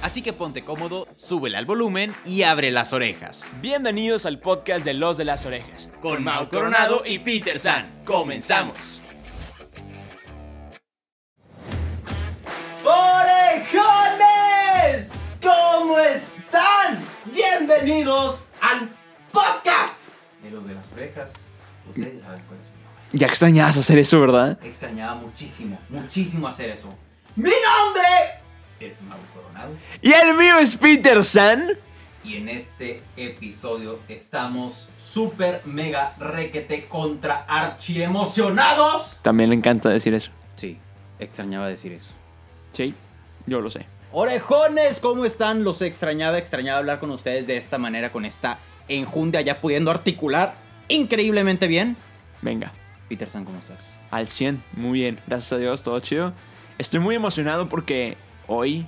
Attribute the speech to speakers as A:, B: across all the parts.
A: Así que ponte cómodo, súbele al volumen y abre las orejas.
B: Bienvenidos al podcast de Los de las Orejas.
A: Con Mau Coronado y Peter San, comenzamos.
C: ¡Orejones! ¿Cómo están? Bienvenidos al podcast de los de las orejas. Ustedes ya saben cuál es mi nombre.
D: Ya extrañabas hacer eso, ¿verdad?
C: Extrañaba muchísimo, muchísimo hacer eso. Mi nombre es Mau Coronado
D: Y el mío es Peter San.
C: y en este episodio estamos super mega requete contra archi emocionados.
D: También le encanta decir eso.
E: Sí, extrañaba decir eso.
D: Sí, yo lo sé.
E: Orejones, ¿cómo están? Los extrañaba, extrañaba hablar con ustedes de esta manera, con esta enjundia, ya pudiendo articular increíblemente bien.
D: Venga,
E: Peter San, ¿cómo estás?
D: al 100. Muy bien, gracias a Dios, todo chido. Estoy muy emocionado porque hoy,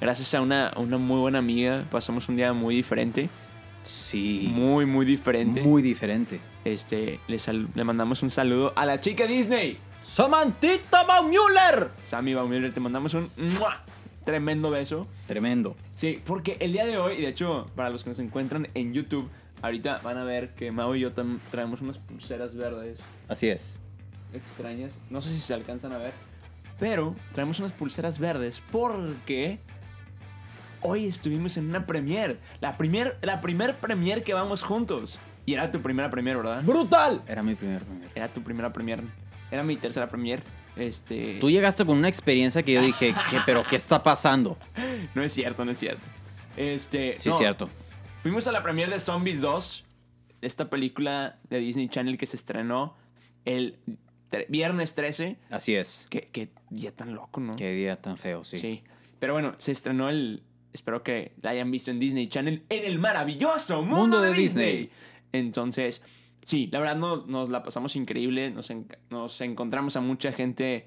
D: gracias a una, a una muy buena amiga, pasamos un día muy diferente.
E: Sí,
D: Muy, muy diferente.
E: muy diferente.
D: Este, le, sal- le mandamos un saludo a la chica Disney.
E: ¡Samantita Baumuller!
D: Sammy Baumiller, te mandamos un ¡mua! tremendo beso.
E: Tremendo.
D: Sí, porque el día de hoy, y de hecho, para los que nos encuentran en YouTube, ahorita van a ver que Mau y yo tam- traemos unas pulseras verdes
E: Así es.
D: extrañas. No sé si se alcanzan a ver. Pero traemos unas pulseras verdes porque hoy estuvimos en una premier. La primer, la primer premier que vamos juntos. Y era tu primera premier, ¿verdad?
E: ¡Brutal! Era mi primer primer.
D: Era tu primera premier. Era mi tercera premier. Este...
E: Tú llegaste con una experiencia que yo dije, ¿qué, ¿pero qué está pasando?
D: No es cierto, no es cierto. Este...
E: Sí,
D: no,
E: cierto.
D: Fuimos a la premier de Zombies 2, esta película de Disney Channel que se estrenó el tre- viernes 13.
E: Así es.
D: Que, que día tan loco, ¿no?
E: Qué día tan feo, sí.
D: sí. Pero bueno, se estrenó el... Espero que la hayan visto en Disney Channel en el maravilloso mundo, de, Disney. Entonces, sí, la verdad nos, nos la pasamos increíble. Nos, en- nos encontramos a mucha gente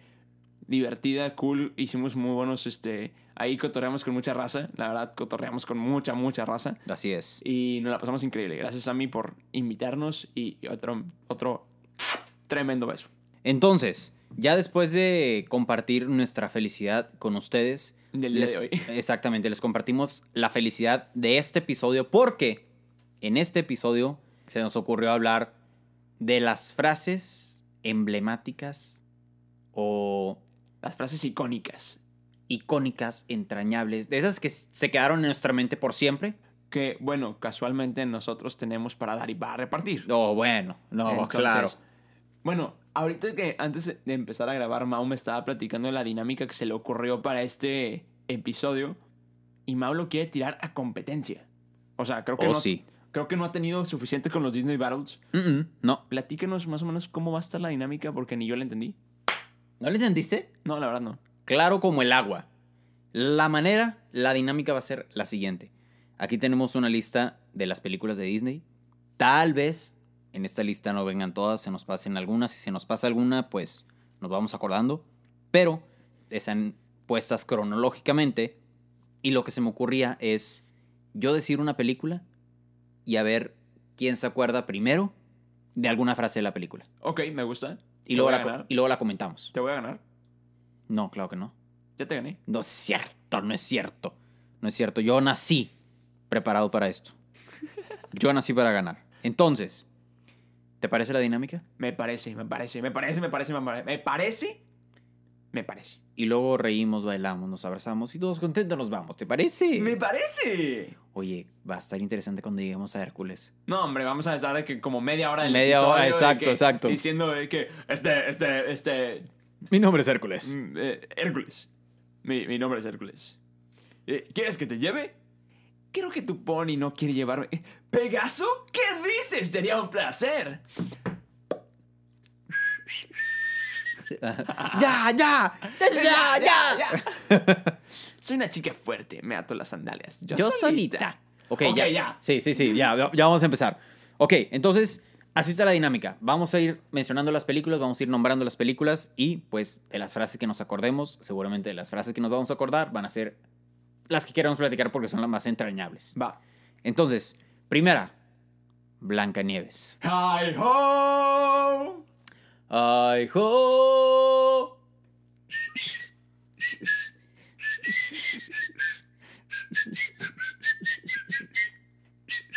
D: divertida, cool. Hicimos muy buenos, este... Ahí cotorreamos con mucha raza. La verdad, cotorreamos con mucha, mucha raza.
E: Así es.
D: Y nos la pasamos increíble. Gracias a mí por invitarnos y y otro, otro tremendo beso.
E: Entonces, ya después de compartir nuestra felicidad con ustedes,
D: Del día
E: les-
D: de hoy.
E: Exactamente, les compartimos la felicidad de este episodio porque en este episodio se nos ocurrió hablar de las frases emblemáticas o
D: Las frases icónicas.
E: icónicas, entrañables, de esas que se quedaron en nuestra mente por siempre.
D: Que, bueno, casualmente nosotros tenemos para dar y para repartir.
E: Oh, bueno, no,
D: Entonces,
E: claro.
D: Bueno, ahorita que antes de empezar a grabar, Mau me estaba platicando de la dinámica que se le ocurrió para este episodio. Y Mau lo quiere tirar a competencia. O sea, creo que,
E: Oh,
D: no,
E: sí.
D: creo que no ha tenido suficiente con los Disney Battles.
E: Mm, mm, no,
D: Platíquenos más o menos cómo va a estar la dinámica porque ni yo la entendí.
E: ¿no le entendiste?
D: No, la verdad no.
E: claro como el agua. La manera, la dinámica va a ser la siguiente. Aquí tenemos una lista de las películas de Disney. Tal vez en esta lista no vengan todas, se nos pasen algunas. Si se nos pasa alguna, pues nos vamos acordando. Pero están puestas cronológicamente. Y lo que se me ocurría es yo decir una película y a ver quién se acuerda primero de alguna frase de la película.
D: Ok, me gusta.
E: Y
D: Te
E: luego,
D: voy a
E: la, co-
D: ganar.
E: y luego la comentamos.
D: Te voy a ganar.
E: No, claro que no.
D: Ya te gané.
E: No es cierto, no es cierto. No es cierto. Yo nací preparado para esto. Yo nací para ganar. Entonces, ¿te parece la dinámica?
D: Me parece, me parece, me parece, me parece, me parece. Me parece. Me parece.
E: Y luego reímos, bailamos, nos abrazamos y todos contentos nos vamos. ¿Te parece?
D: ¡Me parece!
E: Oye, va a estar interesante cuando lleguemos a Hércules.
D: No, hombre, vamos a estar de que como media hora del
E: Media hora,
D: episodio de
E: exacto,
D: que-
E: exacto.
D: Diciendo de que este, este, este,
E: Mi nombre es Hércules.
D: Mm, eh, Hércules. Mi, mi nombre es Hércules. Eh, ¿Quieres que te lleve? Creo que tu pony no quiere llevarme. Eh, ¿Pegaso? ¿Qué dices? Sería un placer.
E: ¡Ya, ya! ¡Ya, ya, ya!
D: Soy una chica fuerte. Me ato las sandalias. Yo,
E: Yo
D: solita.
E: solita. Ok,
D: Ok,
E: ya.
D: ya.
E: Sí, sí, sí, ya, ya vamos a empezar. Ok, entonces, así está la dinámica. Vamos a ir mencionando las películas, vamos a ir nombrando las películas y pues de las frases que nos acordemos, seguramente de las frases que nos vamos a acordar van a ser las que queramos platicar porque son las más entrañables.
D: Va.
E: Entonces, primera, Blancanieves.
D: ¡Hi ho!
E: ¡Ay, ho!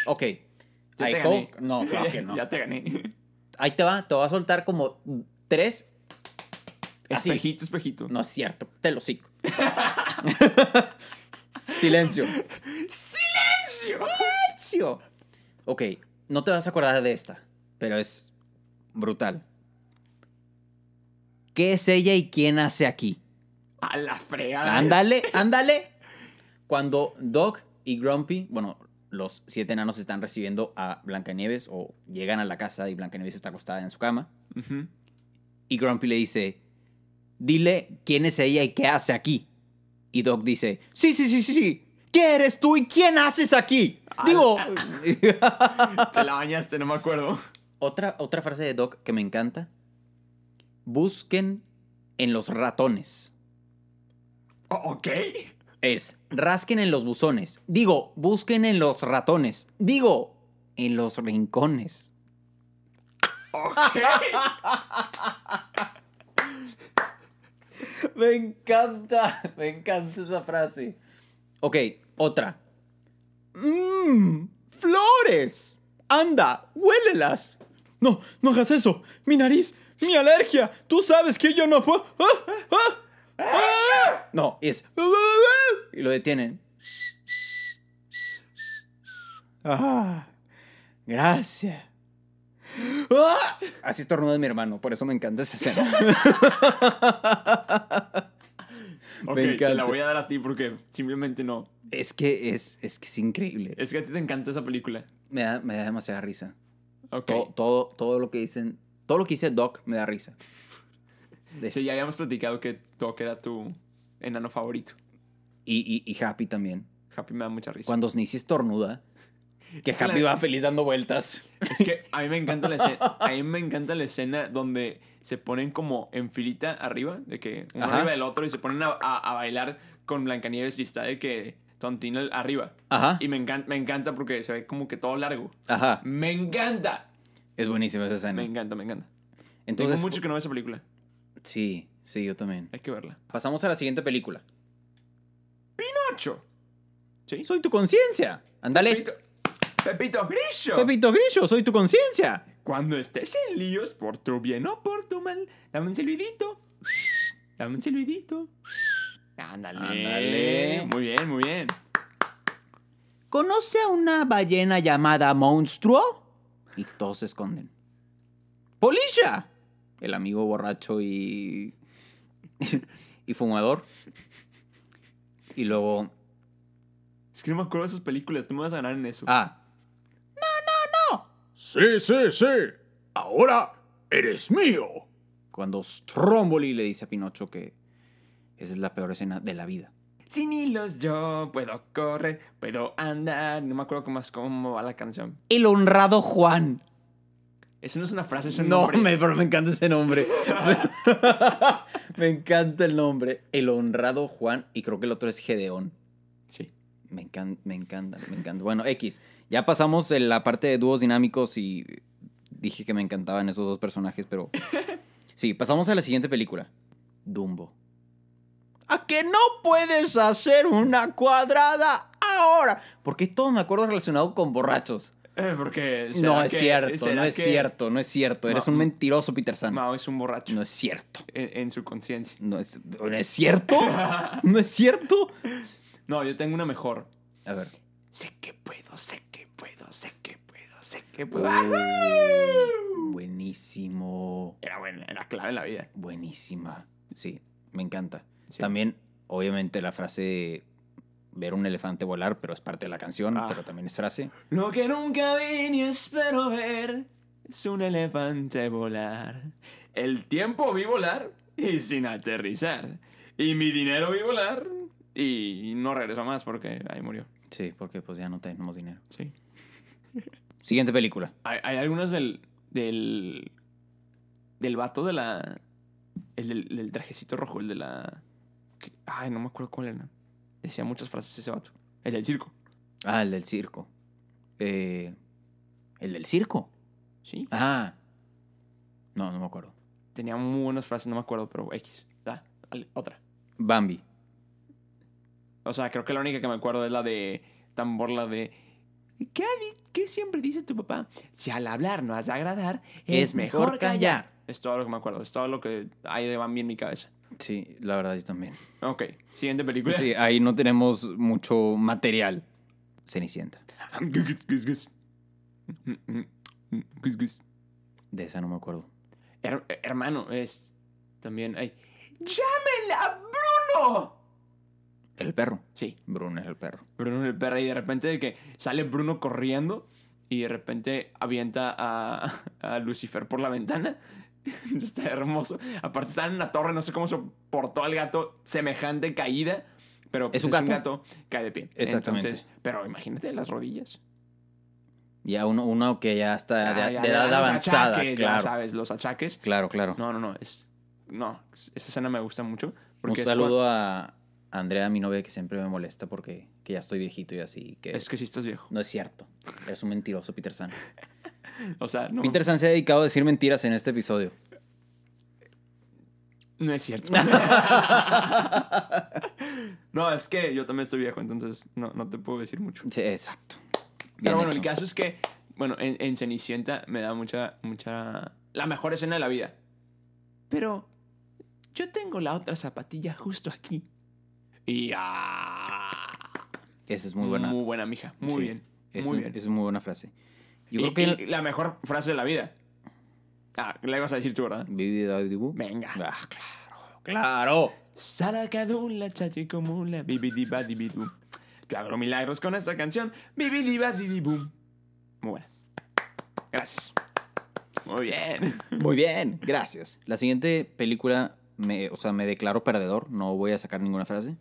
E: Ok.
D: Ya
E: Ay,
D: te
E: ho-
D: gané.
E: No, claro que no. Eh,
D: Ya te gané.
E: Ahí te va, te va a soltar como tres. Así.
D: Espejito, espejito.
E: No es cierto, te lo cico. Silencio. ¡Silencio! Ok, no te vas a acordar de esta, pero es brutal. ¿Qué es ella y quién hace aquí?
D: A la fregada.
E: Ándale, ándale. Cuando Doc y Grumpy, bueno, los siete enanos están recibiendo a Blancanieves o llegan a la casa y Blancanieves está acostada en su cama.
D: Ujú.
E: Y Grumpy le dice, dile quién es ella y qué hace aquí. Y Doc dice, sí, sí, sí, sí, sí. ¿Qué eres tú y quién haces aquí? Digo,
D: Te la bañaste, no me acuerdo.
E: otra, otra frase de Doc que me encanta. Busquen en los ratones.
D: O- ok.
E: Es, rasquen en los buzones. Digo, busquen en los ratones. Digo, en los rincones. me encanta, me encanta esa frase. Ok, otra. Mmm, flores. Anda, huélelas. No, no hagas eso. Mi nariz, mi alergia. Tú sabes que yo no puedo. ¡Ah! ¡Ah! ¡Ah! No, es. Y lo detienen. Ah, gracias. ¡Ah! Así estornuda mi hermano, por eso me encanta esa escena.
D: Ok,
E: Me
D: te la
E: encanta.
D: voy a dar a ti porque simplemente no.
E: Es que es, es que es increíble.
D: Es que a ti te encanta esa película.
E: Me da, me da demasiada risa.
D: Ok.
E: Todo, todo, todo lo que dicen, todo lo que dice Doc me da risa. Es-
D: Sí, ya habíamos platicado que Doc era tu enano favorito.
E: y, y- y Happy también.
D: Happy me da mucha risa.
E: Cuando Sneezy estornuda, que
D: Es que la-
E: Happy va feliz dando vueltas.
D: Es que a mí me encanta la escena, a mí me encanta la escena donde se ponen como en filita arriba, de que uno
E: Ajá.
D: arriba del otro y se ponen a, a- a bailar con Blancanieves y está de que Tontina arriba.
E: Ajá,
D: Y me encanta, me encanta porque se ve como que todo largo.
E: ajá.
D: Me encanta.
E: Es buenísima esa
D: Me
E: escena.
D: encanta, me encanta. Tengo
E: Entonces,
D: mucho que no veo esa película.
E: sí, sí, yo también.
D: Hay que verla.
E: Pasamos a la siguiente película.
D: Ocho.
E: Soy tu conciencia. Ándale.
D: Pepito, Eh. Pepito Grillo.
E: Pepito Grillo, soy tu conciencia.
D: Cuando estés en líos, por tu bien o por tu mal, dame un silbidito. Dame un silbidito. Ándale.
E: Ándale.
D: Muy bien, muy bien.
E: ¿Conoce a una ballena llamada Monstruo? Y todos se esconden. ¡Polilla! El amigo borracho y. y fumador. Y luego.
D: Es que no me acuerdo de esas películas. Tú me vas a ganar en eso.
E: Ah,
F: Sí, sí, sí. Ahora eres mío.
E: cuando Stromboli le dice a Pinocho que esa es la peor escena de la vida.
D: Sin hilos yo puedo correr, puedo andar. No me acuerdo cómo, es- cómo va la canción.
E: El honrado Juan.
D: Eso no es una frase, es un
E: No,
D: nombre.
E: me, pero me encanta ese nombre. me encanta el nombre. El honrado Juan. Y creo que el otro es Gedeón.
D: Sí.
E: Me encanta, me encanta, me encanta. Bueno, X. Ya pasamos en la parte de dúos dinámicos y dije que me encantaban esos dos personajes, pero. Sí, pasamos a la siguiente película: Dumbo. ¿A que no puedes hacer una cuadrada ahora? Porque todo me acuerdo relacionado con borrachos.
D: Eh, porque. ¿será
E: No es
D: que-
E: cierto, no
D: será
E: es
D: que
E: cierto, no es cierto. Eres
D: Ma-
E: un mentiroso, Peter San.
D: Mao es un borracho.
E: No es cierto.
D: En, en su conciencia.
E: No es, ¿no es cierto. No es cierto.
D: No, yo tengo una mejor.
E: A ver.
D: Sé que puedo, sé que puedo, sé que puedo, sé que puedo.
E: Uy, buenísimo.
D: Era buena, era clave en la vida.
E: Buenísima. Sí, me encanta.
D: Sí.
E: También, obviamente, la frase de ver un elefante volar, pero es parte de la canción,
D: Ah.
E: pero también es frase.
D: Lo que nunca vi ni espero ver es un elefante volar. El tiempo vi volar y sin aterrizar. Y mi dinero vi volar y no regresó más porque ahí murió.
E: Sí, porque pues ya no tenemos dinero.
D: Sí.
E: Siguiente película.
D: Hay, hay algunos del. del. del vato de la. El del, del trajecito rojo, el de la. que- ay, no me acuerdo cuál era. Decía muchas frases ese vato. El del circo.
E: Ah, el del circo. Eh, ¿El del circo?
D: Sí.
E: Ah. No, no me acuerdo.
D: Tenía muy buenas frases, no me acuerdo, pero X. Da, dale, otra.
E: Bambi.
D: O sea, creo que la única que me acuerdo es la de tambor, la de... ¿Qué, di- qué siempre dice tu papá? Si al hablar no has de agradar, es, mejor callar. Es todo lo que me acuerdo, es todo lo que hay de Bambi en mi cabeza.
E: Sí, la verdad yo también.
D: Ok, siguiente película.
E: Sí, ahí no tenemos mucho material. Cenicienta.
D: Gus, gus, gus. Mm, Gus, gus.
E: De esa no me acuerdo.
D: Her- hermano, es... También hay... ¡Llámenla, Bruno!
E: El perro.
D: Sí,
E: Bruno era el perro.
D: Bruno el perro y de repente de que sale Bruno corriendo y de repente avienta a, a Lucifer por la ventana. Está hermoso. Aparte está en una torre, no sé cómo soportó al gato semejante caída, pero pues,
E: Es un gato.
D: cae de pie.
E: Exactamente.
D: Entonces, pero imagínate las rodillas.
E: Ya uno, uno que ya está de,
D: Ah, ya
E: de
D: le
E: edad
D: dan los
E: avanzada.
D: achaques, Ya
E: claro,
D: sabes, los achaques.
E: claro, claro.
D: No, no, no, es no, esa escena me gusta mucho
E: Un
D: porque es
E: saludo a Andrea, mi novia, que siempre me molesta porque que ya estoy viejito y así.
D: cua-
E: Que
D: es que si estás viejo.
E: No es cierto. Eres un mentiroso, Peter San.
D: O sea, no,
E: Peter San se ha dedicado a decir mentiras en este episodio.
D: No es cierto. no, es que yo también estoy viejo, entonces no, no te puedo decir mucho.
E: Sí, exacto. Bien
D: Pero bueno,
E: hecho.
D: el caso es que, bueno, en, en Cenicienta me da mucha, mucha... La mejor escena de la vida. Pero yo tengo la otra zapatilla justo aquí. Y... ah,
E: Esa es muy buena.
D: Muy buena, mija. Muy
E: Sí.
D: bien.
E: es,
D: muy bien.
E: Es muy buena frase. Yo
D: y,
E: creo que.
D: y la mejor frase de la vida. Ah, la ibas a decir tú, ¿verdad?
E: Vivi David Dibu.
D: Venga.
E: Ah, claro. ¡Claro!
D: Saracadula, chachicomula, bibidibadibidú. Yo hago milagros con esta canción, bibidibadibidú. Muy buena. Gracias. Muy bien.
E: Muy bien, gracias. La siguiente película, me, o sea, me declaro perdedor. No voy a sacar ninguna frase.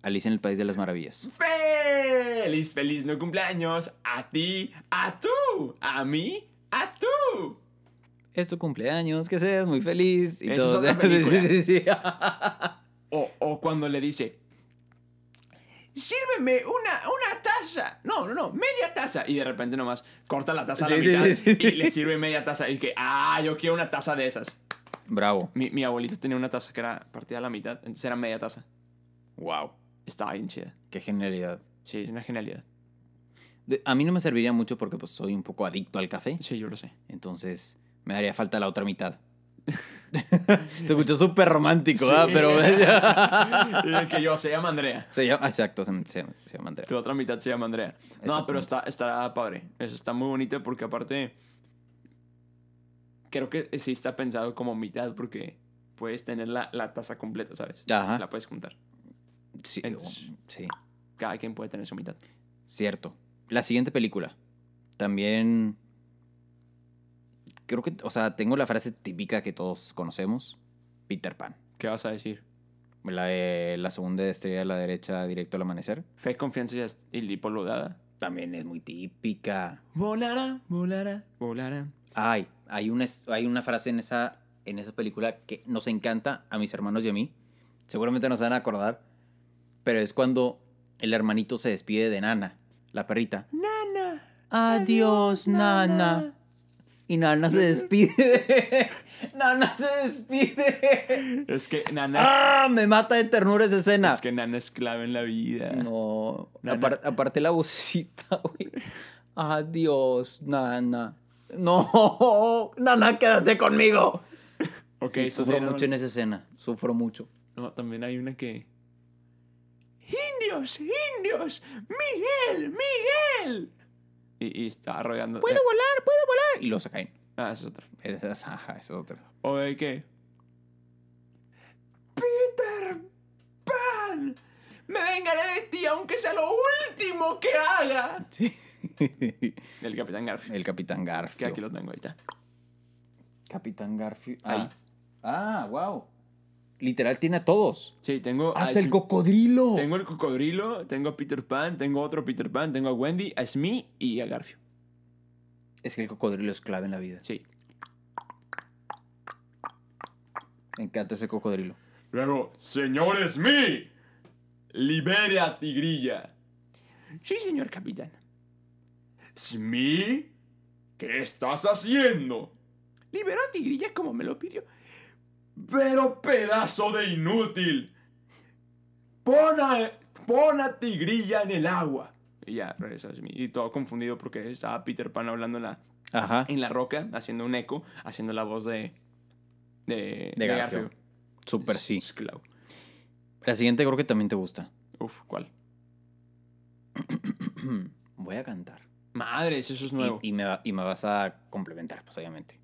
E: Alicia en el País de las Maravillas.
D: Feliz, feliz no cumpleaños a ti, a tú, a mí, a tú.
E: Es tu cumpleaños, que seas muy feliz. Y
D: Esa es
E: todo.
D: otra
E: Sí,
D: película.
E: sí, sí, sí.
D: O, o cuando le dice, sírveme una, una taza. No, no, no, media taza. Y de repente nomás corta la taza a la
E: Sí, sí,
D: mitad
E: sí, sí,
D: y
E: sí.
D: le sirve media taza. Y que, ah, yo quiero una taza de esas.
E: Bravo.
D: Mi, mi abuelito tenía una taza que era partida a la mitad, entonces era media taza.
E: Wow.
D: Estaba bien chida.
E: Qué genialidad.
D: Sí, es una genialidad.
E: De- A mí no me serviría mucho porque pues soy un poco adicto al café.
D: Sí, yo lo sé.
E: Entonces me haría falta la otra mitad. Se escuchó súper romántico,
D: Sí.
E: ¿verdad?
D: Y el que yo se llama Andrea.
E: pero... se llama, exacto, se, se llama- se llama Andrea.
D: Tu otra mitad se llama Andrea. No,
E: Exacto.
D: pero está, está padre. Eso está muy bonito porque aparte... Creo que sí está pensado como mitad porque puedes tener la, la taza completa, ¿sabes?
E: Ajá.
D: La puedes juntar.
E: Sí,
D: Entonces-
E: o- sí,
D: Cada quien puede tener su mitad.
E: cierto. La siguiente película. También... Creo que, o sea, tengo la frase típica que todos conocemos. Peter Pan.
D: ¿Qué vas a decir?
E: La, de la segunda estrella de la derecha, directo al amanecer.
D: Fe, confianza y ast- y lipoludada.
E: También es muy típica.
D: Volará, volará, volará.
E: Ay, hay una, hay una frase en esa, en esa película que nos encanta a mis hermanos y a mí. Seguramente nos van a acordar. Pero es cuando el hermanito se despide de Nana, la perrita.
D: Nana.
E: Adiós, Nana. Y Nana se despide. Nana se despide.
D: Es que Nana
E: ¡Ah! Me mata de ternura esa
D: es,
E: escena.
D: es que Nana es clave en la vida.
E: No.
D: Nana.
E: apar- aparte la vocecita, güey. Adiós, nana. No, nana, quédate conmigo.
D: Ok,
E: Sí,
D: estos
E: sufro
D: eran-
E: mucho en esa escena. Sufro mucho.
D: No, también hay una que. ¡Indios! ¡Indios! ¡Miguel! ¡Miguel! Y, y está rodeando.
E: Puedo
D: eh,
E: volar, puedo volar. Y lo sacan.
D: ah, esa es otra.
E: Esa es, ajá, esa es otra.
D: ¿O de qué? ¡Peter Pan! ¡Me vengaré de ti, aunque sea lo último que haga!
E: Sí.
D: Del Capitán Garfield.
E: El Capitán
D: Que aquí
E: Garfield.
D: lo tengo ahorita.
E: Capitán Garfield.
D: Ahí.
E: Ah. ah, wow. Literal tiene a todos.
D: Sí, tengo.
E: Hasta
D: a
E: el
D: Sm-
E: cocodrilo.
D: Tengo el cocodrilo, tengo a Peter Pan, tengo a otro Peter Pan, tengo a Wendy, a Smee y a Garfield.
E: Es que el cocodrilo es clave en la vida.
D: Sí.
E: Me encanta ese cocodrilo.
D: Luego, señor Smee, libere a Tigrilla. Sí, señor capitán.
F: ¿Smee? ¿Qué estás haciendo?
D: Liberó a Tigrilla como me lo pidió.
F: Pero pedazo de inútil. Pon a, pon a tigrilla en el agua.
D: Y ya, regresa Smee. Y todo confundido porque estaba Peter Pan hablando en la,
E: Ajá.
D: en la roca, haciendo un eco, haciendo la voz de... De,
E: De Garfield. Super sí.
D: Es claro.
E: La siguiente creo que también te gusta.
D: Uf, ¿cuál?
E: Voy a cantar.
D: Madres, eso es nuevo.
E: Y, y me, va- y me vas a complementar, pues obviamente.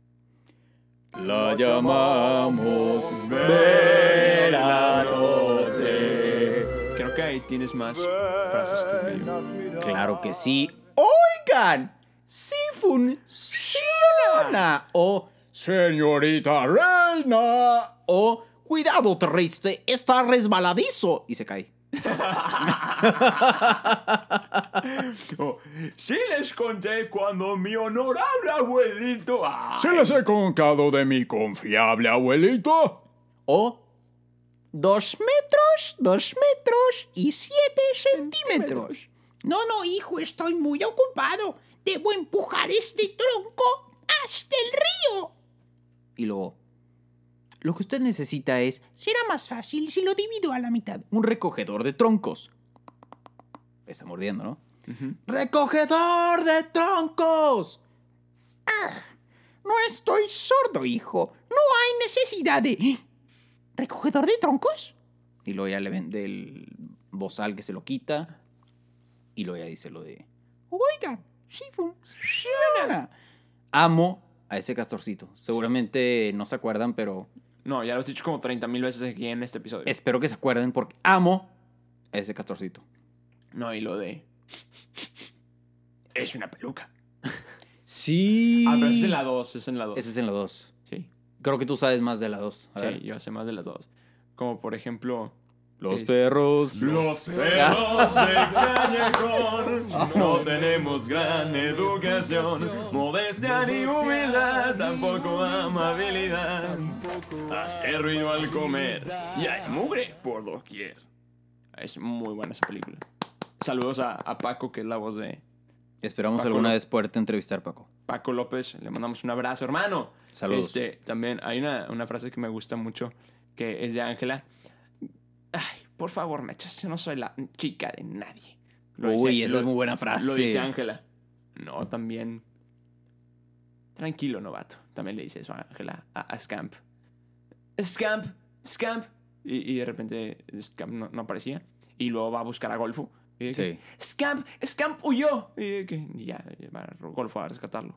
E: La llamamos
D: Creo que ahí tienes más frases tú que yo.
E: Claro que sí. Oigan, sí funciona. O señorita reina. O cuidado triste, está resbaladizo. Y se cae.
D: Oh, Sí les conté cuando mi honorable abuelito... ¡Ah!
F: ¿Se les he contado de mi confiable abuelito?
E: O dos metros, dos metros y siete centímetros. No, no, hijo, estoy muy ocupado. Debo empujar este tronco hasta el río. Y luego, lo que usted necesita es, será más fácil si lo divido a la mitad. Un recogedor de troncos. Me está mordiendo, ¿no? ¡Recogedor de troncos! No estoy sordo, hijo. No hay necesidad de... ¿Recogedor de troncos? Y luego ya le vende el bozal que se lo quita. Y luego ya dice lo de... Oigan, sí funciona. Amo a ese castorcito. Seguramente no se acuerdan, pero
D: No, ya lo he dicho como 30 mil veces aquí en este episodio.
E: espero que se acuerden porque amo a ese castorcito.
D: No, y lo de... Es una peluca.
E: Sí.
D: Ah, pero es en la 2, es en la 2.
E: Ese es en la 2.
D: Sí,
E: Creo que tú sabes más de la 2.
D: sí, yo sé más de las dos. Como por ejemplo...
E: Los
D: este-
E: perros.
F: Los perros de callejón Ah, no tenemos gran educación, modestia ni humildad, tampoco amabilidad. Hace ruido al comer y hay mugre por doquier.
D: Es muy buena esa película. Saludos a, a Paco, que es la voz de
E: Esperamos
D: Paco
E: alguna
D: Lo-
E: vez poderte entrevistar, Paco.
D: Paco López. Le mandamos un abrazo, hermano.
E: Saludos.
D: Este, también hay una, una frase que me gusta mucho, que es de Ángela. Ay, por favor, mechas, yo no soy la chica de nadie. Lo dice-
E: Uy, esa
D: lo-
E: es muy buena frase.
D: Lo dice Ángela. No, también. Tranquilo, novato. También le dice eso a Ángela, a, a Scamp. Scamp, Scamp. Y, y de repente Scamp no, no aparecía. Y luego va a buscar a Golfo. Y de que, Scamp, Scamp huyó. Y de que, y ya, va a- Golfo a rescatarlo.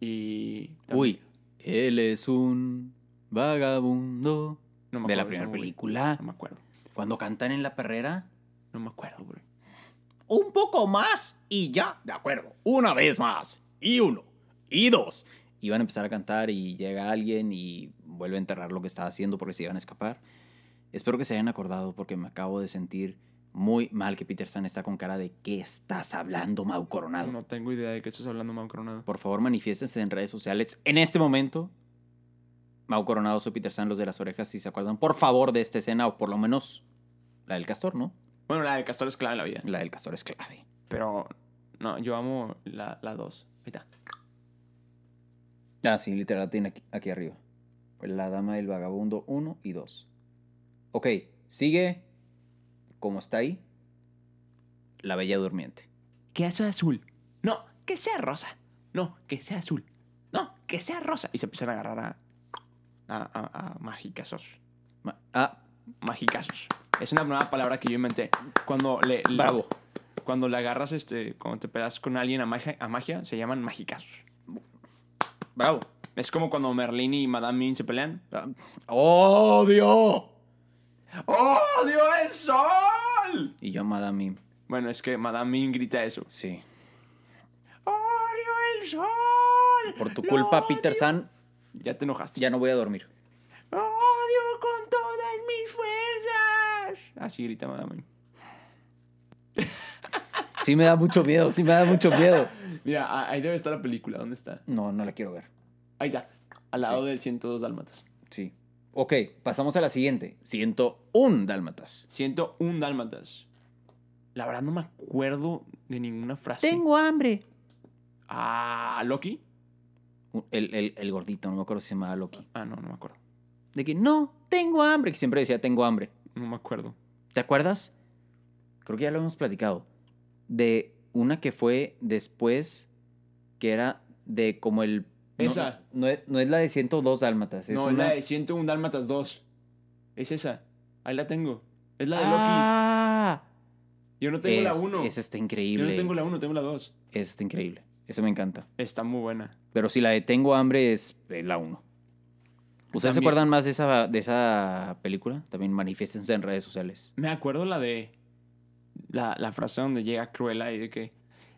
D: Y. también-
E: Uy, él es un vagabundo.
D: no me
E: de la
D: acuerdo esa
E: primera
D: movie.
E: película.
D: No me acuerdo.
E: Cuando cantan en la perrera.
D: No me acuerdo, bro.
E: Un poco más y ya. De acuerdo. Una vez más. Y uno. Y dos. Y van a empezar a cantar y llega alguien y vuelve a enterrar lo que estaba haciendo porque se iban a escapar. Espero que se hayan acordado porque me acabo de sentir muy mal que Peter San está con cara de ¿qué estás hablando, Mau Coronado?
D: No tengo idea de qué estás hablando, Mau Coronado.
E: Por favor, manifiéstense en redes sociales en este momento. Mau Coronado, soy Peter San, los de las orejas, si se acuerdan, por favor, de esta escena, o por lo menos la del castor, ¿no?
D: Bueno, la de Castor es clave en la vida.
E: La del castor es clave.
D: Pero. No, yo amo la, la dos. Ahí está.
E: Ah, sí, literal, tiene aquí, aquí arriba. Pues La dama del vagabundo 1 y 2. Ok, sigue como está ahí. La bella durmiente.
D: ¿Qué es azul? No, que sea rosa. No, que sea azul. No, que sea rosa. Y se empiezan a agarrar a, a, a, a magicazos.
E: Ma- Ah,
D: Magicazos. Es una nueva palabra que yo inventé. Cuando le, le-
E: Bravo.
D: Cuando le agarras, este, cuando te pegas con alguien a magia, a magia, se llaman magicazos.
E: bravo.
D: Es como cuando Merlín y Madame Mim se pelean.
E: Ah, ¡Odio!
D: ¡Oh, dio el sol!
E: Y yo, Madame Mim.
D: Bueno, es que Madame Mim grita eso.
E: Sí.
D: ¡Oh, dio el sol!
E: Por tu
D: ¡Lo
E: culpa,
D: odio!
E: Peter San,
D: Ya te enojaste.
E: ya no voy a dormir.
D: ¡Odio con todas mis fuerzas! Así Ah, grita Madame Mim.
E: Sí me da mucho miedo, sí me da mucho miedo.
D: Mira, ah, ahí debe estar la película. ¿Dónde está?
E: No, no la quiero ver.
D: Ahí está. Al lado del 102 Dálmatas.
E: Sí. Ok, pasamos a la siguiente. 101 dálmatas.
D: 101 Dálmatas. La verdad no me acuerdo de ninguna frase.
E: hambre.
D: Ah, Loki.
E: El, el- el gordito, no me acuerdo si se llamaba Loki.
D: Ah, no, no me acuerdo.
E: De que no, tengo hambre. Que siempre decía tengo hambre.
D: No me acuerdo.
E: ¿Te acuerdas? Creo que ya lo hemos platicado. De una que fue después, que era de como el... no-
D: Esa.
E: No, es, no es la de 102 dálmatas. Es
D: no, es
E: una...
D: la de 101 Dálmatas 2. Es esa. Ahí la tengo. Es la de
E: ¡Ah!
D: Loki. Yo no tengo la
E: Es-
D: 1.
E: Esa está increíble.
D: Yo no tengo la 1, tengo la 2.
E: Esa está increíble. Esa me encanta.
D: Está muy buena.
E: Pero si la de Tengo Hambre es eh, la 1. ¿Ustedes se
D: También.
E: acuerdan más de esa, de esa película? También manifiéstense en redes sociales.
D: Me acuerdo la de. La, la frase donde llega Cruella y de que.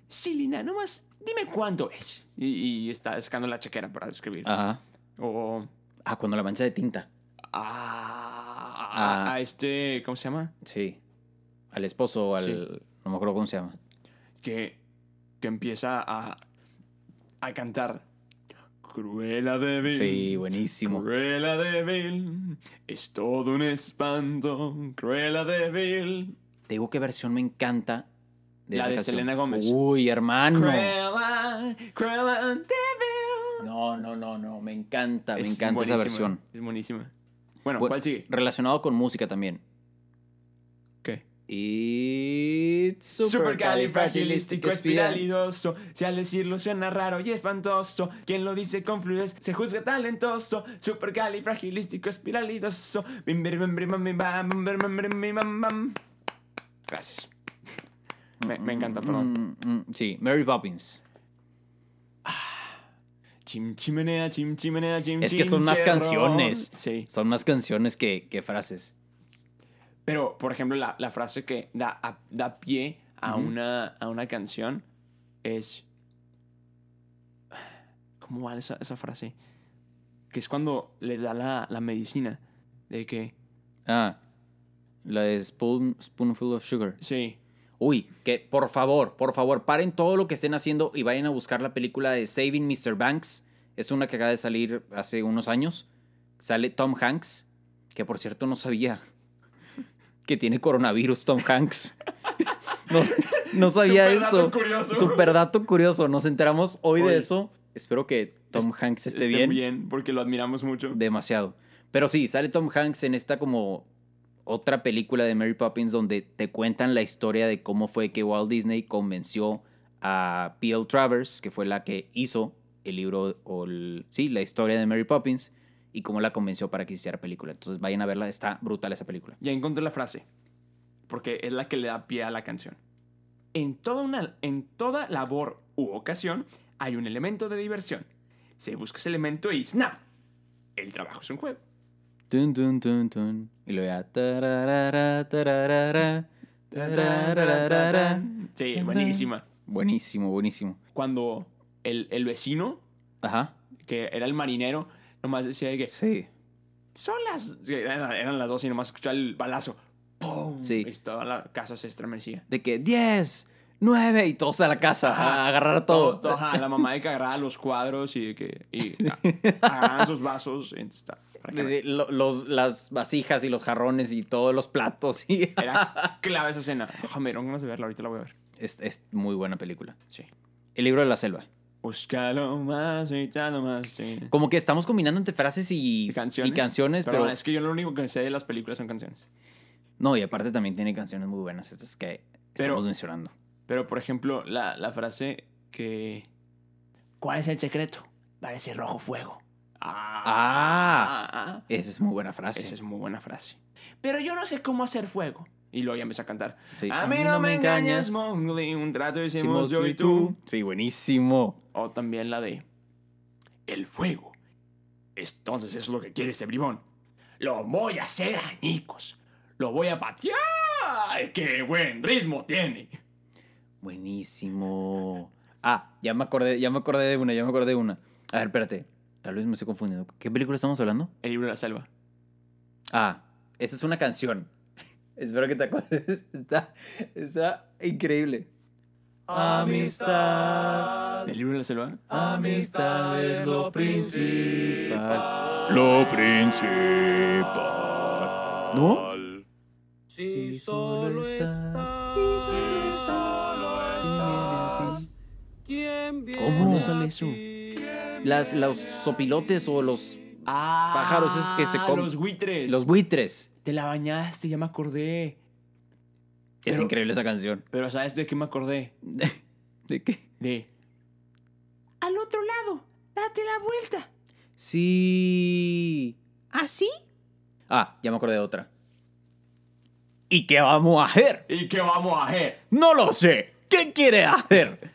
D: Silina, nomás dime cuánto es. Y, y está sacando la chequera para escribir.
E: Ajá.
D: O.
E: Ah, cuando la mancha de tinta.
D: A,
E: Ah.
D: a este. ¿Cómo se llama?
E: Sí. Al esposo, al. No me acuerdo cómo se llama.
D: Que, que empieza a. A cantar.
F: Cruela débil.
E: Sí, buenísimo.
F: Cruela débil. Es todo un espanto. Cruela débil.
E: Te digo qué versión me encanta.
D: La
E: esa
D: de Selena Gómez.
E: Uy, hermano.
D: Cruella, Cruella Devil.
E: No, no, no, no. Me encanta, Ah, me
D: Es
E: encanta
D: buenísima,
E: esa versión.
D: Es buenísima. Bueno,
E: Bu-
D: ¿cuál sigue?
E: Relacionado con música también.
D: ¿Qué?
E: It's
D: Supercalifragilisticoespiralidoso. Si al decirlo suena raro y espantoso, quien lo dice con fluidez se juzga talentoso. Supercalifragilisticoespiralidoso. Bim, bim, bim, bim, bim, bam, bim, bim, bim, bim, bim, bam, bam. Gracias. Me, me encanta, perdón.
E: Mm, mm, sí, Mary Poppins.
D: Chim chimenea, chim chimenea, chim
E: Es que son
D: chim,
E: más
D: cherrón.
E: canciones.
D: Sí.
E: Son más canciones que, que frases.
D: Pero, por ejemplo, la, la frase que da, a- da pie a, una, a una canción es. ¿Cómo va esa, esa frase? Que es cuando le da la, la medicina. De que.
E: Ah, la de Spoon- Spoonful of Sugar.
D: Sí.
E: Uy, que por favor, por favor, paren todo lo que estén haciendo y vayan a buscar la película de Saving Mr. Banks. Es una que acaba de salir hace unos años. Sale Tom Hanks, que por cierto no sabía que tiene coronavirus Tom Hanks. No, no sabía
F: Superdato
E: eso.
F: curioso.
E: Super dato curioso. Nos enteramos hoy,
D: Hoy.
E: de eso. Espero que Tom Hanks esté, bien.
D: porque lo admiramos mucho.
E: Demasiado. Pero sí, sale Tom Hanks en esta como otra película de Mary Poppins donde te cuentan la historia de cómo fue que Walt Disney convenció a P.L. Travers, que fue la que hizo el libro o el- sí, la historia de Mary Poppins y cómo la convenció para que hiciera película. Entonces vayan a verla, está brutal esa película.
D: Ya encontré la frase. Porque es la que le da pie a la canción. En toda, una, en toda labor u ocasión hay un elemento de diversión. Se busca ese elemento y ¡snap! El trabajo es un juego.
E: Tun, tun, tun, tun. Y luego ya tarara, tarara, tarara.
D: Sí, buenísima.
E: Buenísimo, buenísimo.
D: Cuando el, el vecino,
E: Ajá.
D: que era el marinero, nomás decía de que
E: Sí.
D: son las. que Eran, eran las dos y nomás escuchaba el balazo. ¡Pum!
E: Sí.
D: Y toda la casa se estremecía.
E: De que 10, 9 y todos a la casa a agarrar todo.
D: ajá, la mamá de que agarraba los cuadros y de que. Y a- agarraban sus vasos. y entonces está-
E: Desde lo- los, las vasijas y los jarrones y todos los platos. Y...
D: Era clave esa escena. Ojo, me dieron ganas de verla, ahorita la voy a ver.
E: Es, es muy buena película.
D: Sí.
E: El libro de la selva.
D: Búscalo más, lo más. sí.
E: Como que estamos combinando entre frases y,
D: Y canciones.
E: y canciones,
D: Perdón,
E: pero...
D: es que yo lo único que sé de las películas son canciones.
E: No, y aparte también tiene canciones muy buenas estas que
D: Pero-
E: estamos mencionando.
D: Pero, por ejemplo, la, la frase que... ¿Cuál es el secreto? Parece rojo fuego.
E: Ah,
D: Ah,
E: esa es muy buena frase.
D: esa es muy buena frase. Pero yo no sé cómo hacer fuego. Y luego ya empecé a cantar.
E: Sí.
D: A mí no me engañas, Mowgli, un trato hicimos yo y tú.
E: Sí, buenísimo.
D: O también la de El fuego. Entonces es lo que quiere ese bribón. Lo voy a hacer añicos. Lo voy a patear. ¡Qué buen ritmo tiene!
E: Buenísimo. Ah, ya me acordé, ya me acordé de una, ya me acordé de una. A ver, espérate. Tal vez me estoy confundiendo. ¿Qué película estamos hablando?
D: El libro de la selva.
E: Ah, esa es una canción. Espero que te acuerdes. Está, está increíble. Amistad.
D: ¿El libro de la selva?
E: Amistad es lo principal.
F: Lo principal.
E: ¿No?
C: Si solo estás, ¿quién viene?
E: ¿Cómo no
C: a
E: sale
D: eso?
C: ti?
E: Las, los sopilotes o los,
D: Ah,
E: Pájaros esos que se comen.
D: Los buitres.
E: los buitres.
D: Te la bañaste, ya me acordé.
E: Es
D: Pero-
E: increíble esa canción.
D: Pero ¿sabes de qué me acordé?
E: ¿De qué?
D: De... Al otro lado. Date la vuelta.
E: Sí. ¿Ah, sí? Ah, ya me acordé de otra. ¿Y qué vamos a hacer?
D: ¿Y qué vamos a hacer?
E: No lo sé. ¿Qué quiere hacer?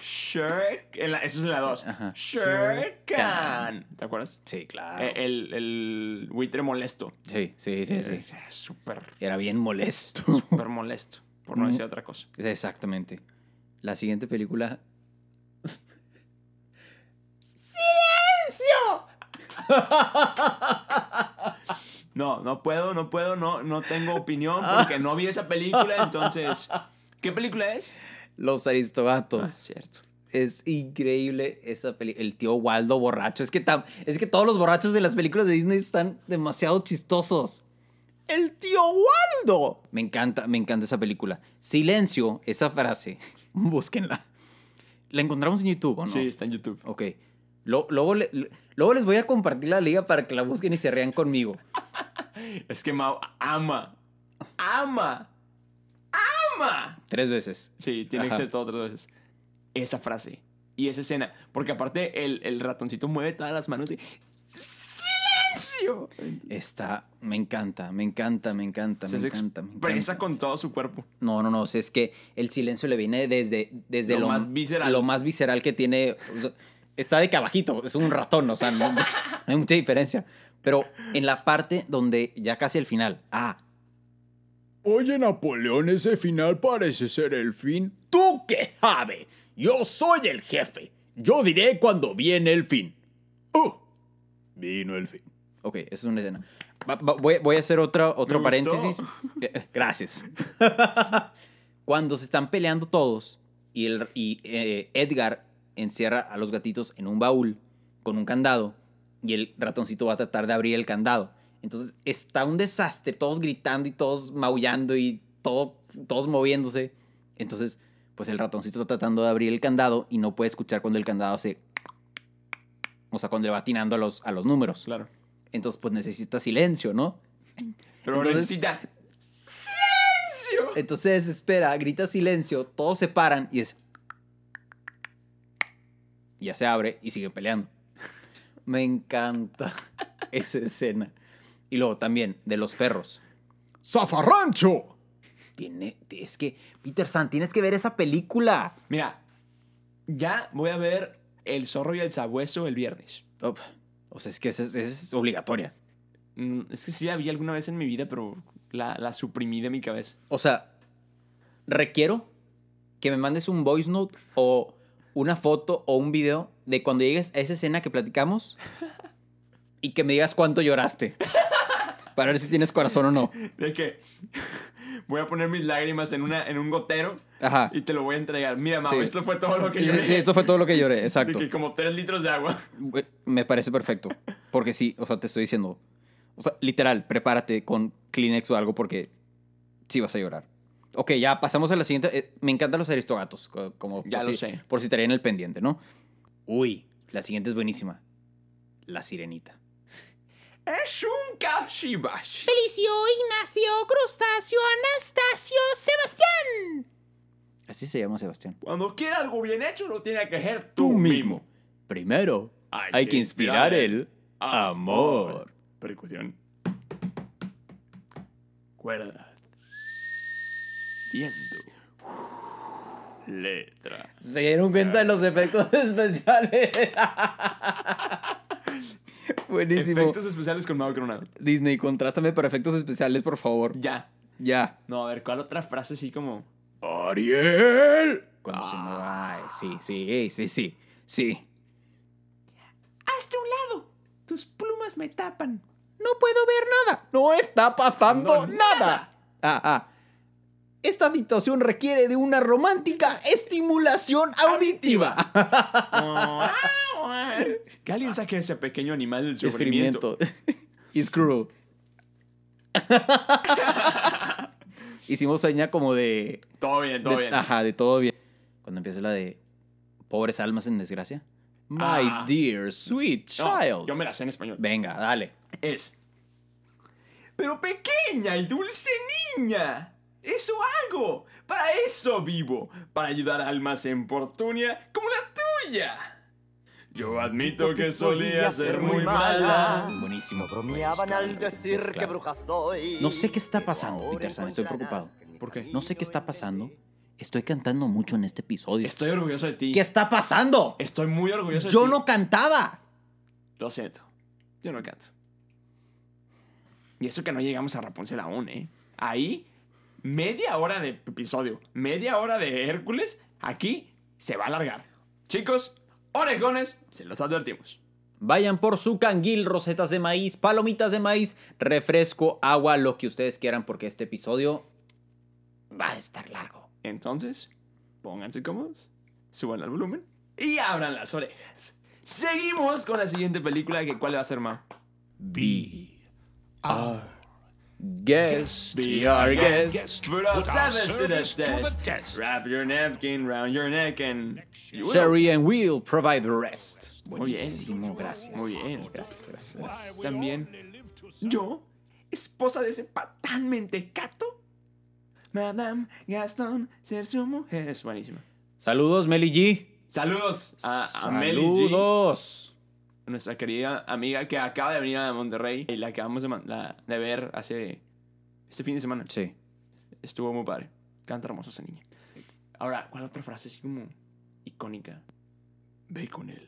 D: Shirk. en la- Eso es en la 2.
E: Ajá.
D: Shirkan. ¿Te acuerdas?
E: Sí, claro.
D: Eh, El, el buitre molesto.
E: sí, sí, sí, sí.
D: Eh, Súper,
E: Era bien molesto.
D: súper molesto. Por no decir otra cosa.
E: Exactamente. La siguiente película.
D: No, no puedo, no puedo, no, no tengo opinión porque no vi esa película, entonces. ¿Qué película es?
E: Los Aristogatos.
D: cierto.
E: Es increíble esa peli. El tío Waldo borracho. Es que, tam- es que todos los borrachos de las películas de Disney están demasiado chistosos. El tío Waldo. Me encanta, me encanta esa película. Silencio, esa frase. Búsquenla. La encontramos en YouTube, ¿o ¿no?
D: Sí, está en YouTube.
E: Ok. Lo- luego, le- lo- luego les voy a compartir la liga para que la busquen y se rean conmigo.
D: Es que Mao ama. ¡Ama! ¡Ama!
E: Tres veces.
D: Sí, tiene
E: Ajá.
D: que ser todo tres veces. Esa frase y esa escena. Porque aparte, el, el ratoncito mueve todas las manos y. ¡Silencio!
E: Está, me encanta, me encanta, me encanta,
D: Se
E: me encanta, me
D: expresa
E: encanta.
D: con todo su cuerpo.
E: No, no, no, o sea, es que el silencio le viene desde, desde
D: Lo más visceral.
E: Lo más visceral que tiene. o sea, Está de cabajito, es un ratón, o sea, no, no hay mucha diferencia. Pero en la parte donde ya casi el final. Ah,
F: Oye, Napoleón, ese final parece ser el fin. ¿Tú qué sabes? Yo soy el jefe. Yo diré cuando viene el fin. ¡Uh! Vino el fin.
E: ok, esa es una escena. Va- va- voy, voy a hacer otra, otro
D: Me gustó.
E: paréntesis. Eh, Gracias. Cuando se están peleando todos y, el, y eh, Edgar encierra a los gatitos en un baúl con un candado y el ratoncito va a tratar de abrir el candado. Entonces está un desastre, todos gritando y todos maullando y todo, todos moviéndose. Entonces, pues el ratoncito está tratando de abrir el candado y no puede escuchar cuando el candado se... O sea, cuando le va atinando a los, a los números.
D: Claro.
E: Entonces, pues necesita silencio, ¿no?
D: Pero
E: Entonces-
D: necesita. ¡Silencio!
E: Entonces espera, grita silencio, todos se paran y es. Ya se abre y sigue peleando. Me encanta esa escena. Y luego también de los perros.
F: ¡Zafarrancho!
E: Tiene, es que, Peter San, tienes que ver esa película.
D: Mira, ya voy a ver El zorro y el sabueso el viernes.
E: Oh, o sea, es que esa es, esa es obligatoria.
D: Mm, Es que sí la vi alguna vez en mi vida, pero la, la suprimí de mi cabeza.
E: O sea, requiero que me mandes un voice note o una foto o un video de cuando llegues a esa escena que platicamos y que me digas cuánto lloraste. Para ver si tienes corazón o no.
D: De que voy a poner mis lágrimas en, una, en un gotero
E: Ajá.
D: y te lo voy a entregar. Mira, Mau,
E: Sí.
D: esto fue todo lo que yo dije.
E: Esto fue todo lo que lloré,
D: De
E: exacto.
D: que como tres litros de agua.
E: Me parece perfecto. Porque sí, o sea, te estoy diciendo. O sea, literal, prepárate con Kleenex o algo porque sí vas a llorar. Ok, ya pasamos a la siguiente. Eh, me encantan los aristogatos. co- Como
D: Ya
E: por
D: lo
E: si-
D: sé.
E: Por si traían el pendiente, ¿no? Uy, la siguiente es buenísima. La sirenita.
D: Es un kashibash.
G: Felicio, Ignacio, Crustáceo, Anastasio, Sebastián.
E: Así se llama Sebastián.
D: Cuando quiere algo bien hecho, lo tiene que hacer
E: Tú mismo. Primero,
F: Hay
E: hay que
F: que
E: inspirar
F: inspirar
E: el amor.
F: Percusión. Cuerda. Viento. Letra.
E: Se dieron cuenta de los efectos especiales. Buenísimo.
D: Efectos especiales con Mau Coronado.
E: Disney, contrátame para efectos especiales, por favor.
D: Ya.
E: Ya.
D: No, a ver, ¿cuál otra frase así como...
F: Ariel.
E: Cuando se mueva. Ay, sí, sí, sí, sí. Sí.
D: Hazte a un lado. Tus plumas me tapan.
E: No puedo ver nada. No está pasando nada. Ah, ah. Esta situación requiere de una romántica estimulación auditiva.
D: que alguien saque a ese pequeño animal del sufrimiento.
E: It's cruel. Hicimos seña como de,
D: Todo bien, todo
E: de-
D: bien.
E: Ajá, de todo bien. Cuando empieza la de pobres almas en desgracia. My
D: Ah.
E: dear sweet
D: No,
E: child.
D: yo me la sé en español.
E: Venga, dale.
D: Es. Pero pequeña y dulce niña. Eso hago. Para eso vivo. Para ayudar a almas en portunia como la tuya.
F: Yo admito que solía ser muy mala.
E: Buenísimo.
G: Bromeaban al decir
E: Mezclado.
G: que bruja soy.
E: No sé qué está pasando,
G: Ahora
E: Peter San, estoy preocupado.
G: encontrarás
D: ¿Por qué?
E: No sé qué está pasando. Estoy cantando mucho en este episodio.
D: Estoy orgulloso de ti.
E: ¿Qué está pasando?
D: Estoy muy orgulloso de
E: Yo
D: ti.
E: no cantaba.
D: Lo siento. Yo no canto. Y eso que no llegamos a Rapunzel aún, ¿eh? Ahí, media hora de episodio, media hora de Hércules, aquí se va a alargar. Chicos, orejones, se los advertimos.
E: Vayan por su canguil, rosetas de maíz, palomitas de maíz, refresco, agua, lo que ustedes quieran, porque este episodio va a estar largo.
D: Entonces, pónganse cómodos, suban el volumen y abran las orejas. Seguimos con la siguiente película, que ¿cuál va a ser, Ma?
E: Guess
D: Be
E: our
D: our
E: guest.
D: guest. Put our service to the test. Wrap your napkin round your neck and... You will.
E: Sherry and Will provide the rest.
D: Muy bien.
E: Buenísimo, gracias.
D: Muy bien, gracias, gracias, gracias. También, yo, esposa de ese patán mentecato, Madame Gaston, ser su mujer. Es buenísima.
E: Saludos, Meli G.
D: Saludos a, a Meli G,
E: Saludos.
D: nuestra querida amiga que acaba de venir a Monterrey y la acabamos de, man- la- de ver hace este fin de semana.
E: Sí.
D: Estuvo muy padre. Canta hermoso esa niña. Ahora, ¿cuál otra frase así como icónica? Ve con él.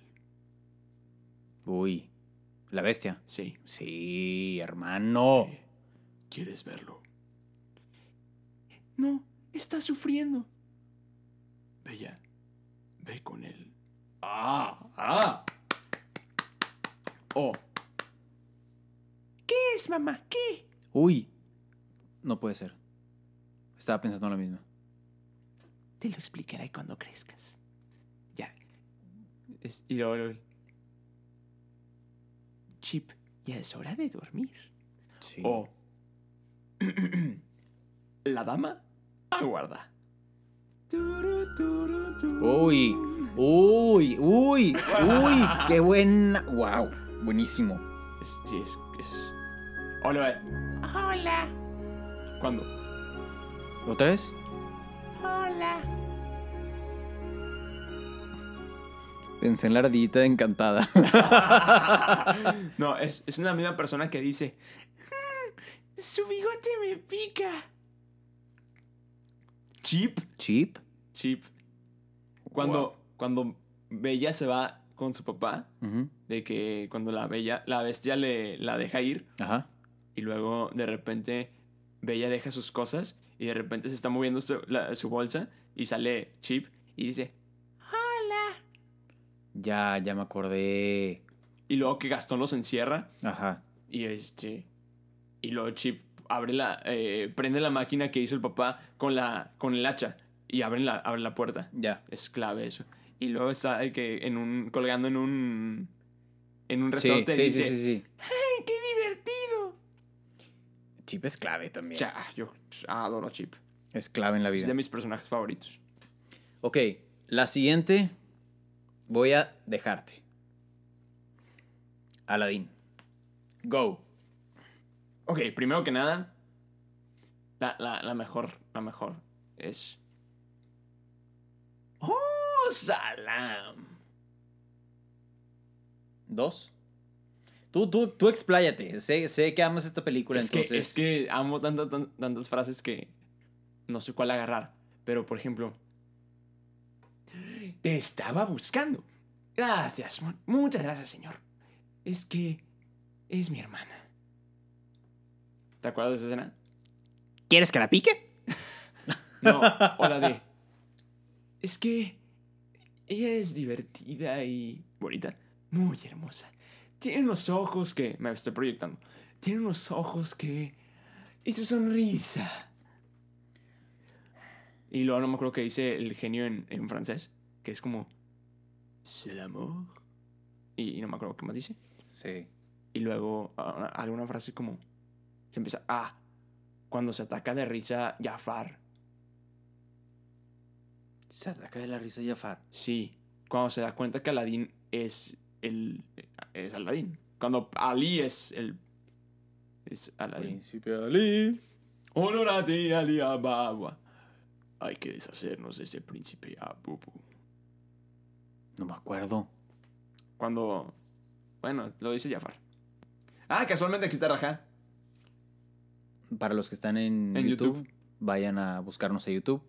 E: Uy. La bestia.
D: Sí.
E: Sí, hermano.
D: ¿Quieres verlo? No, está sufriendo. Bella, ve con él. ¡Ah! ¡Ah! Oh. ¿Qué es, mamá? ¿Qué?
E: Uy. No puede ser. Estaba pensando en la misma.
D: Te lo explicaré cuando crezcas. Ya. Es- y luego, luego- Chip, ya es hora de dormir.
E: Sí.
D: O la dama aguarda. Turu, turu, turu.
E: Uy, uy, uy, uy, qué buen. Wow, buenísimo.
D: Es, sí, es, es. Hola. eh. Hola. ¿Cuándo?
E: ¿Otra vez?
D: Hola.
E: Pensé en la ardillita encantada.
D: No, es, es una misma persona que dice. "Mm, Su bigote me pica. Chip.
E: ¿Chip?
D: Chip. Cuando, cuando Bella se va con su papá,
E: Ujú,
D: de que cuando la bella, la bestia le la deja ir
E: Ajá.
D: y luego de repente Bella deja sus cosas y de repente se está moviendo su, la- su bolsa y sale Chip y dice
E: Ya, ya me acordé.
D: y luego que Gastón los encierra
E: Ajá.
D: y este y luego Chip abre la eh, prende la máquina que hizo el papá con la con el hacha y abren la abren la puerta
E: Ya.
D: es clave eso y luego está de que en un colgando en un en un
E: Sí,
D: resorte y
E: sí, sí,
D: dice
E: sí, sí.
D: "Ay, qué divertido
E: Chip es clave
D: o
E: también.
D: sea, yo ah, adoro a Chip
E: Es clave en la
D: es
E: vida.
D: de mis personajes favoritos
E: Ok, la siguiente voy a dejarte. Aladín. Go.
D: Ok, primero que nada, la, la- la mejor, la mejor es ¡Oh, Salam!
E: Dos. Tú, tú, tú expláyate. Sé, sé que amas esta película,
D: Es que,
E: entonces.
D: es que amo tantas, tan- tantas frases que no sé cuál agarrar. Pero, por ejemplo, te estaba buscando. Gracias, mu- muchas gracias, señor. Es que es mi hermana. ¿Te acuerdas de esa escena?
E: ¿Quieres que la pique?
D: No, o la de. Es que ella es divertida y bonita, muy hermosa. Tiene unos ojos que. Me estoy proyectando. Tiene unos ojos que. Y su sonrisa. Y luego no me acuerdo que dice el genio en, en francés, que es como. C'est l'amour. Y, y no me acuerdo qué más dice.
E: Sí.
D: Y luego a- a- alguna frase como. Se empieza. Ah, cuando se ataca de risa Jafar.
E: Se ataca de la risa Jafar.
D: Sí, cuando se da cuenta que Aladín es el eh, es Aladín. Cuando Ali es el es Aladín.
E: Príncipe Ali.
D: Honor a ti, Ali Ababa. Hay que deshacernos de ese príncipe Abubu.
E: No me acuerdo.
D: Cuando bueno, lo dice Jafar. Ah, casualmente aquí está Rajá.
E: Para los que están en,
D: En
E: YouTube,
D: YouTube.
E: vayan a buscarnos a YouTube.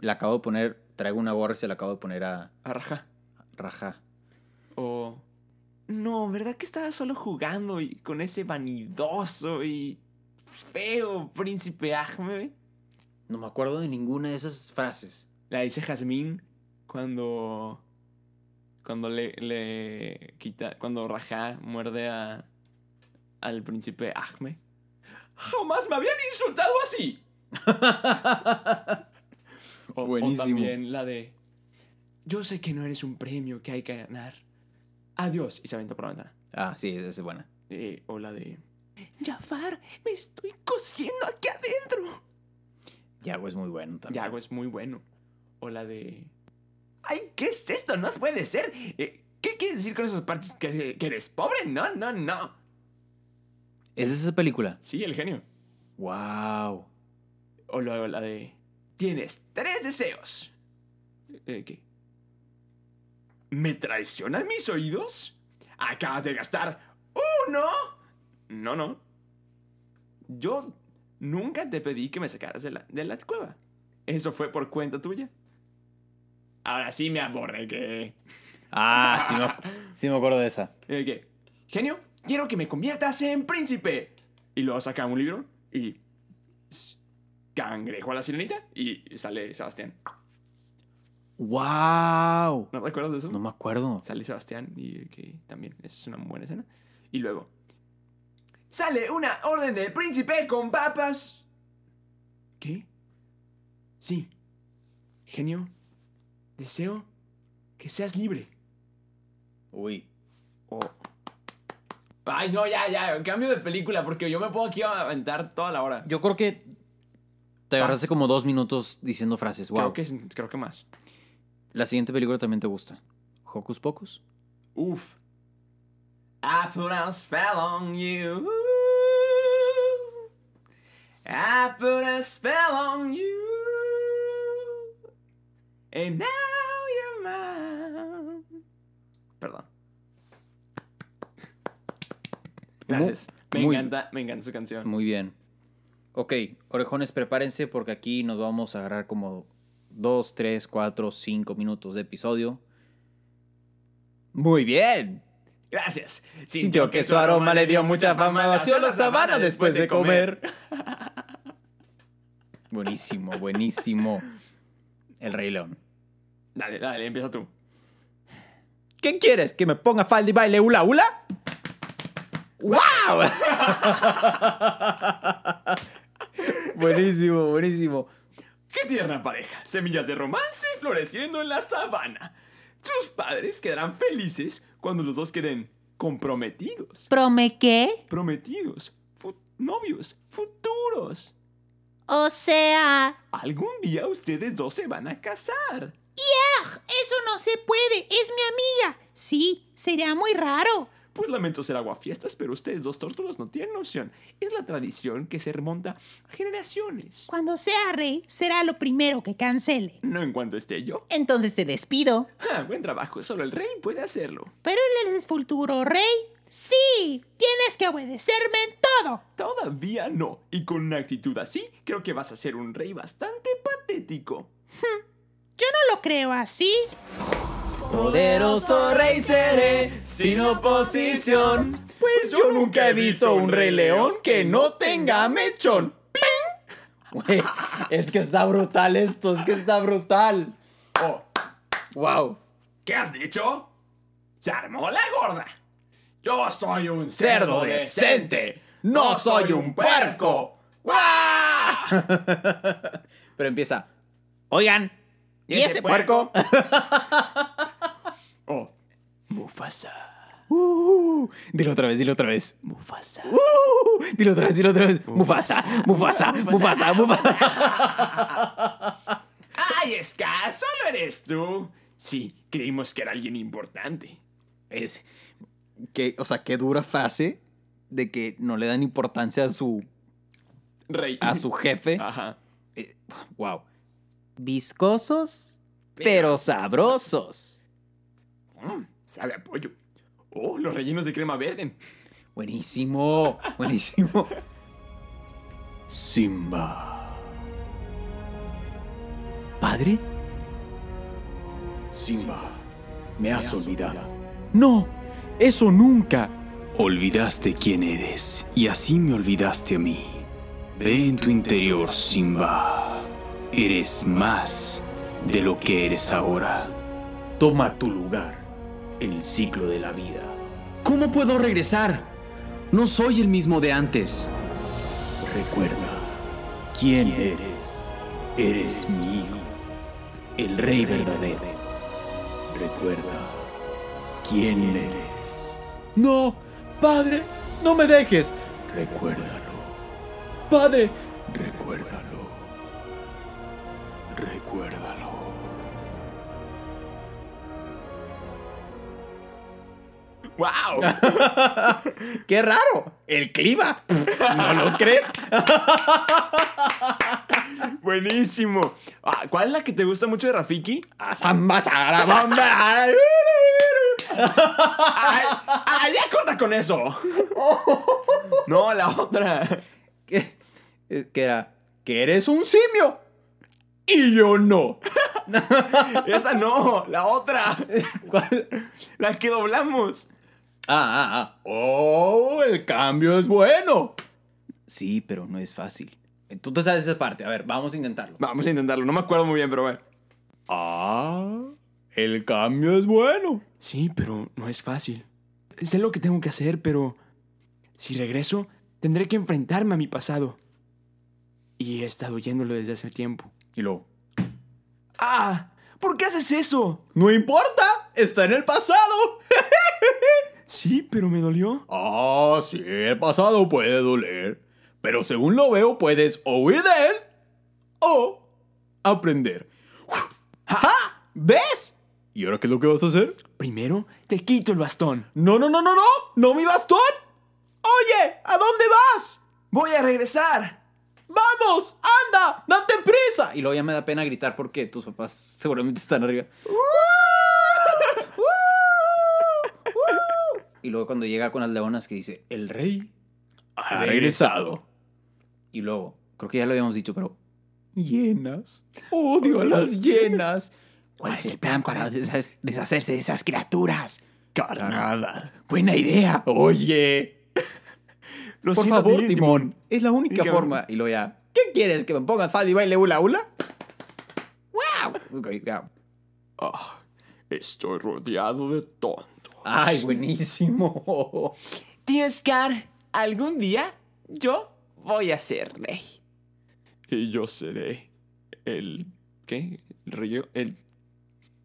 E: La acabo de poner, traigo una gorra y se la acabo de poner a
D: A Rajá.
E: Raja.
D: O no, ¿verdad que estaba solo jugando y con ese vanidoso y feo príncipe Ahmed?
E: No me acuerdo de ninguna de esas frases.
D: La dice Jazmín cuando. Cuando le, le quita. Cuando Rajá muerde a. al príncipe Ahmed. ¡Jamás me habían insultado así! O-
E: Buenísimo.
D: O también la de. Yo sé que no eres un premio que hay que ganar. Adiós. Y se aventó por la ventana.
E: Ah, sí, esa es buena.
D: Eh, o la de. Jafar, me estoy cosiendo aquí adentro.
E: Yago es muy bueno también.
D: Yago es muy bueno. O la de. ¡Ay, qué es esto! ¡No puede ser! Eh, ¿Qué quieres decir con esos parches? ¿Que, que eres pobre? No, no, no.
E: ¿Es esa película?
D: Sí, el genio.
E: ¡Wow!
D: O luego la de. Tienes tres deseos. Eh, ¿Qué? ¿Me traicionan mis oídos? ¿Acabas de gastar uno? No, no. Yo nunca te pedí que me sacaras de la, de la cueva. Eso fue por cuenta tuya. Ahora sí me aborregué.
E: Ah, sí me, ac- sí me acuerdo de esa.
D: Eh, ¿Qué? Genio, quiero que me conviertas en príncipe. Y luego saca un libro y. s- Cangrejo a la sirenita y sale Sebastián.
E: ¡Wow!
D: ¿No te acuerdas de eso?
E: No me acuerdo.
D: Sale Sebastián y eh, que también esa es una buena escena. Y luego. Sale una orden del príncipe con papas. ¿Qué? Sí. Genio, deseo que seas libre.
E: Uy.
D: Ay, no, ya, ya, cambio de película porque yo me puedo aquí aventar toda la hora.
E: Yo creo que te agarraste como dos minutos diciendo frases. Wow.
D: Creo, que, es- creo que más.
E: La siguiente película también te gusta. Hocus Pocus.
D: Uf. I put a spell on you. I put a spell on you. And now you're mine. Perdón. Gracias. Me
E: muy-
D: encanta, me encanta esa canción.
E: Muy bien. Ok, orejones, prepárense porque aquí nos vamos a agarrar como dos, tres, cuatro, cinco minutos de episodio. Muy bien.
D: Gracias.
E: Sintió que su aroma le dio mucha fama. Vació la sabana después de comer. Buenísimo, buenísimo. El Rey León.
D: Dale, dale, empieza tú.
E: ¿Qué quieres? ¿Que me ponga falda y baile hula hula? ¡Wow! buenísimo, buenísimo.
D: ¡Qué tierna pareja! Semillas de romance floreciendo en la sabana. Sus padres quedarán felices cuando los dos queden comprometidos,
H: ¿Prome qué?
D: prometidos, fu- novios, futuros.
H: O sea,
D: Algún día ustedes dos se van a casar.
H: eso no se puede, es mi amiga. Sí, sería muy raro.
D: Pues lamento ser aguafiestas, pero ustedes dos tórtolos no tienen opción. Es la tradición que se remonta a generaciones.
H: Cuando sea rey, será lo primero que cancele.
D: No en cuanto esté yo.
H: Entonces te despido.
D: Ah, buen trabajo, solo el rey puede hacerlo.
H: Pero él es futuro rey. Sí, tienes que obedecerme en todo.
D: Todavía no. Y con una actitud así, creo que vas a ser un rey bastante patético.
H: Yo no lo creo así.
E: Poderoso rey seré, sin oposición. Pues yo nunca he visto un rey león que no tenga mechón. Güey, es que está brutal esto, es que está brutal.
D: Oh,
E: Wow.
D: ¿Qué has dicho? Se armó la gorda. Yo soy un
E: Cerdo decente, no soy un puerco.
D: ¡Guau!
E: Pero empieza. Oigan,
D: ¿y ese puerco? Oh, Mufasa,
E: Uh, dilo otra vez, dilo otra vez.
D: Mufasa.
E: Uh, dilo otra vez, dilo otra vez. Mufasa, Mufasa, Uh. Mufasa, Mufasa.
D: ¡Ay, Scar! ¡Solo eres tú! Sí, creímos que era alguien importante.
E: Es que, o sea, qué dura frase de que no le dan importancia a su
D: Rey.
E: a su jefe. Eh,
D: Ajá.
E: Wow. Viscosos, pero sabrosos.
D: Mm, sabe a pollo. Oh, los rellenos de crema verde.
E: Buenísimo, buenísimo.
F: Simba.
E: ¿Padre?
F: Simba, me has olvidado.
E: No, eso nunca.
F: Olvidaste quién eres y así me olvidaste a mí. Ve en tu interior, Simba. Eres más de lo que eres ahora. Toma tu lugar. El ciclo de la vida.
A: ¿Cómo puedo regresar? No soy el mismo de antes.
F: Recuerda quién eres. Eres mi hijo, el rey verdadero. Recuerda quién eres.
E: No, padre, no me dejes.
F: Recuérdalo.
E: Padre,
F: Recuérdalo. Recuérdalo.
D: ¡Wow!
E: qué raro. El clima. ¿No lo crees?
D: Buenísimo. Ah, ¿Cuál es la que te gusta mucho de Rafiki?
E: A samba, sara, bamba.
D: ¡Ay, ay, ya corta con eso! No, la otra.
E: ¿Qué, Eh, qué era? Que eres un simio. Y yo no.
D: Esa no, la otra.
E: ¿Cuál?
D: La que doblamos.
E: Ah, ah, ah. Oh, el cambio es bueno. Sí, pero no es fácil. Tú te sabes esa parte. A ver, vamos a intentarlo.
D: Vamos a intentarlo, no me acuerdo muy bien, pero bueno.
E: Ah, el cambio es bueno.
D: Sí, pero no es fácil. Sé lo que tengo que hacer, pero si regreso, tendré que enfrentarme a mi pasado. Y he estado huyéndolo desde hace tiempo.
E: Y luego,
D: ¡Ah! ¿Por qué haces eso?
E: no importa, está en el pasado.
D: Sí, pero me dolió.
E: Ah, sí, el pasado puede doler. Pero según lo veo, puedes o huir de él o aprender. ¡Ja! ¿Ves? ¿Y ahora qué es lo que vas a hacer?
D: Primero, te quito el bastón.
E: No, no, no, no, no, no mi bastón. Oye, ¿a dónde vas?
D: ¡Voy a regresar!
E: ¡Vamos! ¡Anda! ¡Date prisa! Ah, Y luego ya me da pena gritar porque tus papás seguramente están arriba. Y luego cuando llega con las leonas que dice, el rey
F: Ha regresado.
E: Y luego, creo que ya lo habíamos dicho, pero... Llenas. Odio a las llenas. ¿Cuál es el plan para desha- deshacerse de esas criaturas?
F: Carnada.
E: Buena idea. Oye.
D: Lo
E: Por
D: siento,
E: favor,
D: Timón.
E: Timón. Es la única
D: Dígame.
E: forma. Y luego ya. ¿Qué quieres? ¿Que me pongan fal y baile hula hula? ¡Wow! Ok, ya.
D: Ah, estoy rodeado de tonto.
E: ¡Ay, buenísimo!
D: Tío Scar, algún día yo voy a ser rey. Y yo seré el... ¿Qué? El rey... El,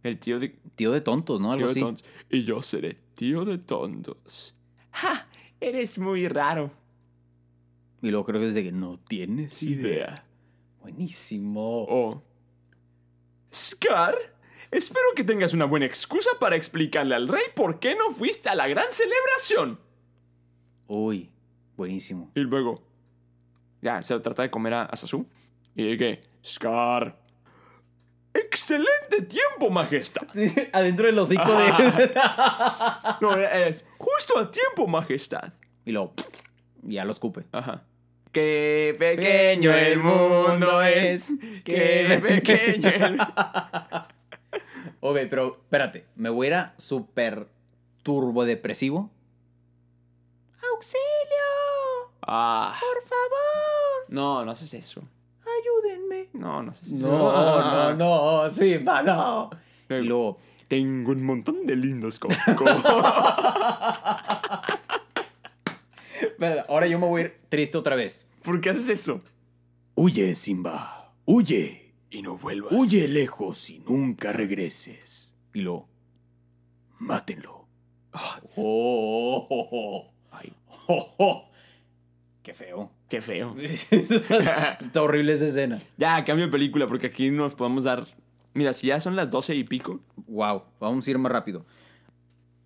D: el tío de...
E: Tío de tontos, ¿no? Algo
D: tío de
E: así.
D: tontos. Y yo seré tío de tontos. ¡Ja! Eres muy raro.
E: Y luego creo que es de que no tienes idea.
D: Idea.
E: Buenísimo.
D: Oh. Scar,
F: Espero que tengas una buena excusa para explicarle al rey por qué no fuiste a la gran celebración.
E: Uy, buenísimo.
F: Y luego, ya, se trata de comer a, a Sasu. Y de que, Scar, excelente tiempo, majestad.
E: Adentro del hocico de...
F: No, es justo a tiempo, majestad.
E: y luego, y ya lo escupe.
F: Ajá.
D: Qué
E: pequeño el mundo es, qué pequeño
D: el...
E: Ok, pero espérate, me voy a ir a súper turbo depresivo.
H: ¡Auxilio!
D: Ah,
H: ¡Por favor!
D: no, no haces eso.
H: ¡Ayúdenme!
D: No, no haces eso. Ah,
E: No, no, no, sí, va, no. Y luego,
F: Tengo un montón de lindos cocos.
E: espérate, ahora yo me voy a ir triste otra vez.
F: ¿Por qué haces eso?
E: Huye, Simba, huye,
F: Y no vuelvas.
E: lejos y nunca regreses. Y luego, mátenlo. Oh, oh, oh, oh. Oh, oh. Qué feo.
D: Qué feo.
E: está, está horrible esa escena.
D: Ya, cambio de película porque aquí nos podemos dar... Mira, si ya son las doce y pico,
E: Wow, vamos a ir más rápido.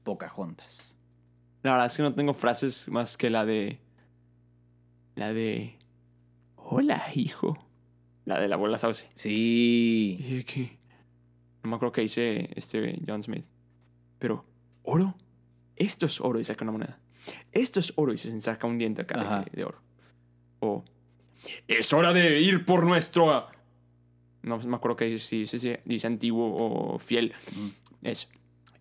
E: Pocahontas.
D: la verdad es que no tengo frases más que la de... La de... Hola, hijo. La de la abuela Sauce.
E: Sí.
D: Y de que... No me acuerdo qué dice este John Smith. Pero, ¿oro? Esto es oro y saca una moneda. Esto es oro y se saca un diente acá de
E: Ajá.
D: que- de oro. O...
F: Es hora de ir por nuestro.
D: ah, No me acuerdo qué dice, si dice, si dice antiguo o fiel. Es...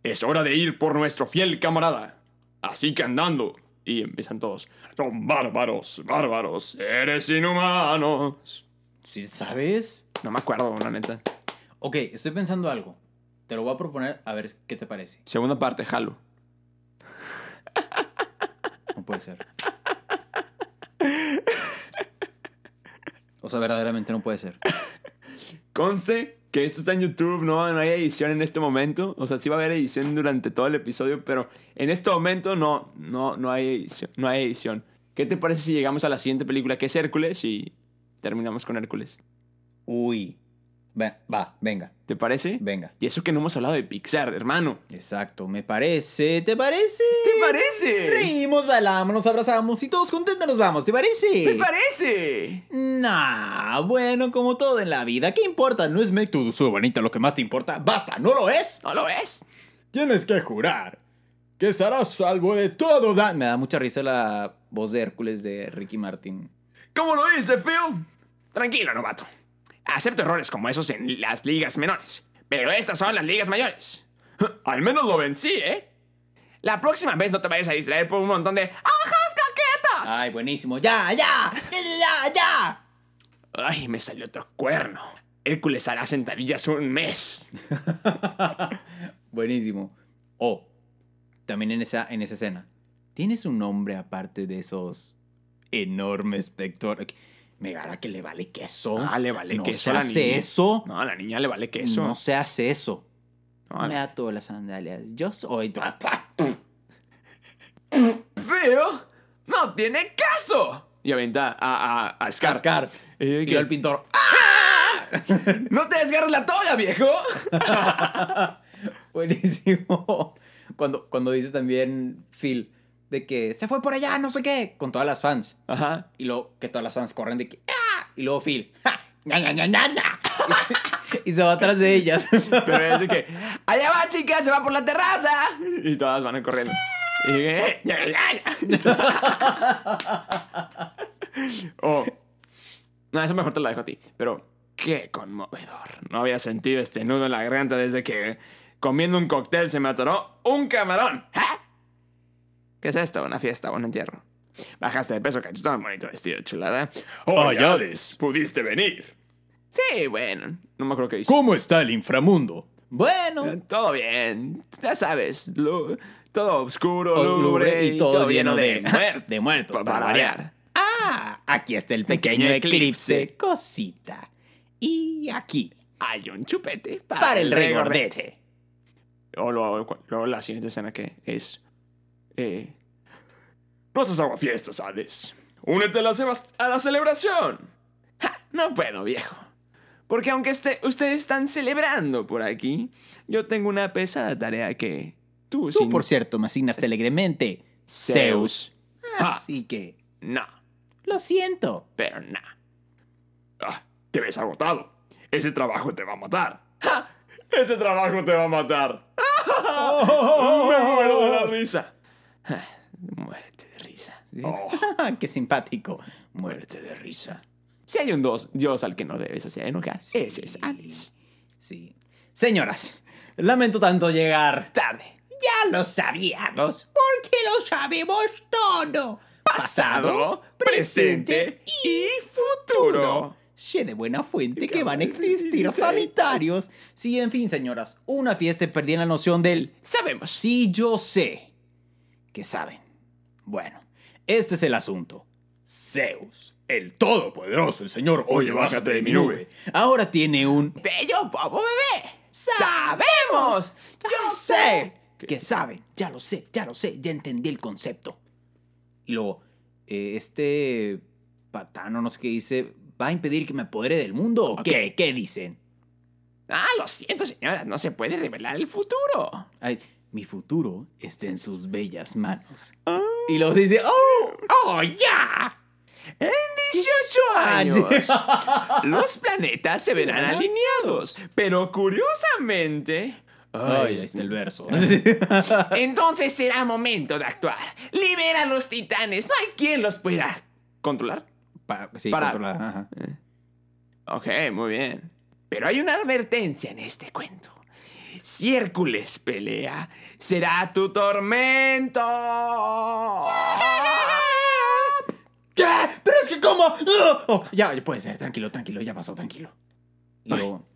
F: Es hora de ir por nuestro fiel camarada. Así que andando.
D: Y empiezan todos.
F: Son bárbaros, bárbaros, seres inhumanos.
E: ¿Sí ¿Sabes?
D: No me acuerdo, la neta.
E: Ok, estoy pensando algo. Te lo voy a proponer a ver qué te parece.
D: Segunda parte, jalo.
E: No puede ser. O sea, verdaderamente no puede ser.
D: Conste que esto está en YouTube, no, no hay edición en este momento. O sea, sí va a haber edición durante todo el episodio, pero en este momento no, no, no hay edición. No hay edición. ¿Qué te parece si llegamos a la siguiente película que es Hércules y terminamos con Hércules?
E: Uy. Va, va, venga,
D: ¿Te parece?
E: venga.
D: Y eso que no hemos hablado de Pixar, hermano.
E: Exacto, me parece. ¿Te parece?
D: ¿Te parece?
E: Reímos, bailamos, nos abrazamos y todos contentos nos vamos. ¿Te parece?
D: ¿Te parece?
E: Nah, bueno, como todo en la vida, ¿qué importa? No es make to so bonita lo que más te importa. Basta, ¿no lo es?
D: ¿No lo es?
E: Tienes que jurar que estarás salvo de todo daño. Me da mucha risa la voz de Hércules de Ricky Martin.
D: ¿Cómo lo dice, Phil?
F: Tranquilo, novato. Acepto errores como esos en las ligas menores. Pero estas son las ligas mayores. Al menos lo vencí, ¿eh? La próxima vez no te vayas a distraer por un montón de ¡Ajas caquetas!
E: Ay, buenísimo. Ya, ya, ya, ya, ya.
F: Ay, me salió otro cuerno. Hércules hará sentadillas un mes.
E: Buenísimo. O, también en esa, en esa escena, ¿tienes un nombre aparte de esos enormes pectorales? Me gara que le vale queso.
D: Ah, le vale
E: no
D: queso
E: se
D: a la
E: hace
D: niña.
E: eso.
D: No, a la niña le vale queso.
E: No se hace eso.
D: No, Ah,
E: Me ato las sandalias. Yo soy...
D: feo no tiene caso. Y avienta a, a, a Scar.
E: Cascar.
D: Y yo Ah. de
E: Y
D: que,
E: luego el pintor.
D: no te desgarres la toga, viejo.
E: Buenísimo. Cuando, cuando dice también Phil de que se fue por allá, no sé qué, con todas las fans.
D: Ajá.
E: Y luego que todas las fans corren de que ¡ah! Y luego Phil ¡ja! ¡ña, ña, ña, ña, ña! Y se va atrás de ellas.
D: Pero es de que, allá va, chica, se va por la terraza. Y todas van corriendo. Y yo de que, "Eh, ya, ya, ya". Oh. No, eso mejor te lo dejo a ti. Pero qué conmovedor. No había sentido este nudo en la garganta desde que comiendo un cóctel se me atoró un camarón. ¿Ah? ¿Qué es esto? ¿Una fiesta o un entierro? Bajaste de peso, cachetón, bonito vestido, chulada.
F: ¡Oh, Hades! Pudiste venir.
D: Sí, bueno. No me acuerdo qué hice.
F: ¿Cómo está el inframundo?
E: bueno.
D: Eh, Todo bien, ya sabes, lu- todo oscuro,
E: Todo
D: lúgubre y todo, lleno, de, muertos,
E: de muertos,
D: para,
E: para
D: variar.
E: Ah, aquí está el pequeño,
D: Pequeño
E: eclipse.
D: eclipse.
E: Cosita. Y aquí,
D: Hay un chupete para,
E: para el
D: regordete.
E: regordete.
D: O luego, cu- luego la siguiente escena que es... eh,
F: No seas aguafiestas, Hades. Únete a la, sebas- a la celebración.
D: "Ja, no puedo, viejo. Porque aunque este- ustedes están celebrando por aquí, yo tengo una pesada tarea que tú,
E: Tú,
D: sin-
E: por cierto, me asignaste alegremente Zeus.
D: Ah.
E: Así que,
D: No,
E: lo siento.
D: pero nada.
F: Ah, te ves agotado. Ese trabajo te va a matar. ¡Ja! Ese trabajo te va a matar. Me muero de la risa.
D: Muérete de risa.
F: Oh,
E: Ah, Qué simpático. Muerte de risa.
D: Si hay un dos, Dios al que no debes hacer enojar, ese es Hades.
E: Sí. Señoras, lamento tanto llegar.
D: Tarde.
E: Ya lo sabíamos.
H: Porque lo sabemos todo.
D: Pasado, presente y futuro.
E: Sé de buena fuente que van a existir sanitarios. Sí, en fin, señoras, una fiesta perdí en la noción del
D: Sabemos.
E: sí yo sé que saben. Bueno, este es el asunto. Zeus,
F: el todopoderoso, el señor. Oye, bájate de mi nube.
E: ahora tiene un
D: Bello bobo bebé. Sabemos.
E: yo sé que saben, ya lo sé, ya lo sé, ya entendí el concepto. Y luego, eh, este patano, no sé qué dice, ¿va a impedir que me apodere del mundo o qué? ¿Qué dicen?
D: Ah, lo siento, señoras, no se puede revelar el futuro.
E: Ay, mi futuro está en sus bellas manos.
F: Ah.
E: Y luego se dice, ¡oh!
D: ¡Oh, ya! En 18 años, los planetas se verán alineados, pero curiosamente...
E: Ay, ahí
F: este
E: está el verso.
D: Entonces será momento de actuar. Libera a los titanes, no hay quien los pueda controlar.
E: Pa- sí,
D: Para-
E: controlar, ajá.
D: Ok, muy bien. Pero hay una advertencia en este cuento. Si Hércules pelea, será tu tormento.
E: ¿Qué? Pero es que cómo. ¡Ah! Oh, ya, ya puede ser, tranquilo, tranquilo, ya pasó, tranquilo. Y luego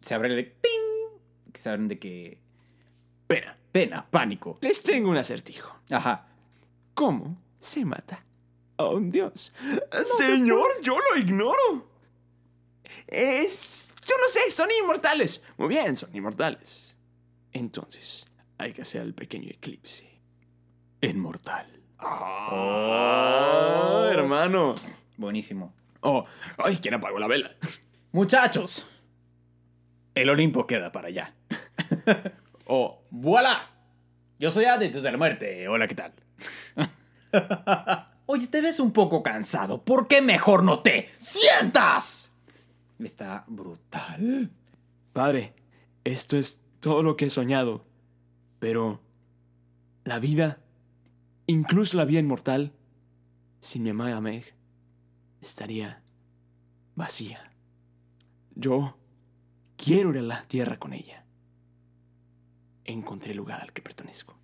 E: se abre el de ping, que saben de que
D: Espera,
E: pena, pánico.
D: les tengo un acertijo.
E: Ajá.
D: ¿Cómo se mata a un dios? Señor, yo lo ignoro. Es... Yo no sé, son inmortales. Muy bien, son inmortales. Entonces, hay que hacer el pequeño eclipse.
E: Inmortal.
F: Ah, hermano.
E: Buenísimo.
D: Oh, ay, ¿quién apagó la vela?
E: Muchachos, el Olimpo queda para allá.
D: Oh,
E: ¡Voilà! Yo soy Hades desde la muerte. Hola, ¿qué tal? Oye, te ves un poco cansado. ¿Por qué mejor no te sientas? Está brutal.
D: padre, esto es todo lo que he soñado. Pero la vida, incluso la vida inmortal, sin mi amada Meg, estaría vacía. Yo quiero ir a la tierra con ella. Encontré el lugar al que pertenezco.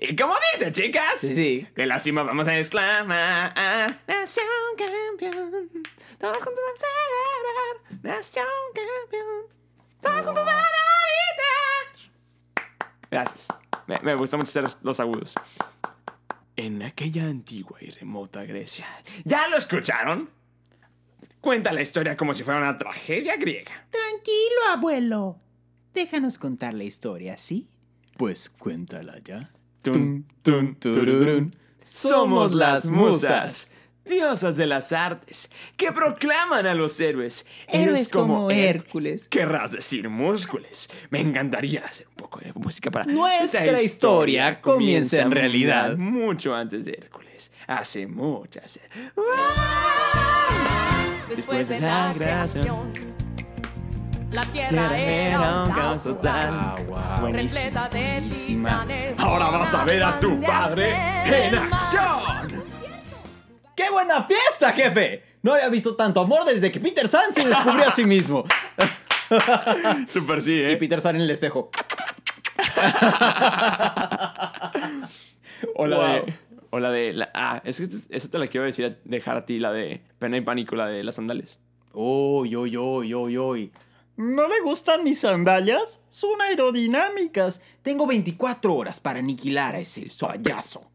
B: Y como dice, chicas,
E: Sí, sí.
B: de la cima vamos a exclamar. Nación campeón, todos juntos van a celebrar. Nación campeón, todos juntos van a
D: Gracias. Me, me gusta mucho hacer los agudos. En aquella antigua y remota Grecia.
B: ¿Ya lo escucharon? Cuenta la historia como si fuera una tragedia griega.
H: Tranquilo, abuelo.
E: Déjanos contar la historia, ¿sí? Pues cuéntala ya.
D: Tun, tun, tururún. Somos las musas, diosas de las artes, que proclaman a los héroes.
H: Héroes como Hércules.
D: Querrás decir músculos. Me encantaría hacer un poco de música para.
E: Nuestra
D: Esta
E: historia comienza en realidad.
D: Mucho antes de Hércules. Hace muchas.
I: Después de la creación, la tierra
D: Tierra
I: era un caos
J: Ah,
I: total,
E: wow.
I: repleta de
E: Buenísima.
I: titanes.
F: Ahora vas a ver a tu padre en
I: acción.
E: ¡Qué buena fiesta, jefe! No había visto tanto amor desde que Peter San se descubrió a sí mismo.
F: Super sí,
E: Y
F: eh.
E: Peter San en el espejo.
D: O la
E: Wow.
D: de. O la de. la- ah, es que esta- esta te la quiero decir, dejar a ti, la de Pena y Pánico, la de las sandales.
E: Uy, uy, uy, uy, uy.
J: ¿No le gustan mis sandalias? Son aerodinámicas.
E: Tengo 24 horas para aniquilar a ese payaso.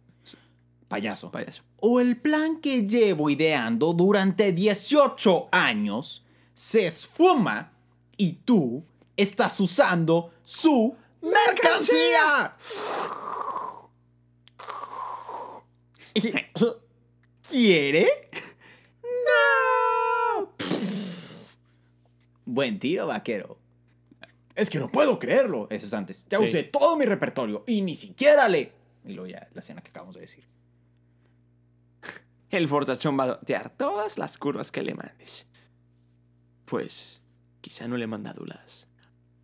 E: Payaso.
D: Payaso.
E: O el plan que llevo ideando durante 18 años se esfuma y tú estás usando su mercancía. ¿Quiere? ¡No! Buen tiro, vaquero. Es que no puedo creerlo. Eso es antes. Ya usé todo mi repertorio y ni siquiera le. Y luego ya la escena que acabamos de decir.
D: El fortachón va a batear todas las curvas que le mandes. Pues quizá no le he mandado las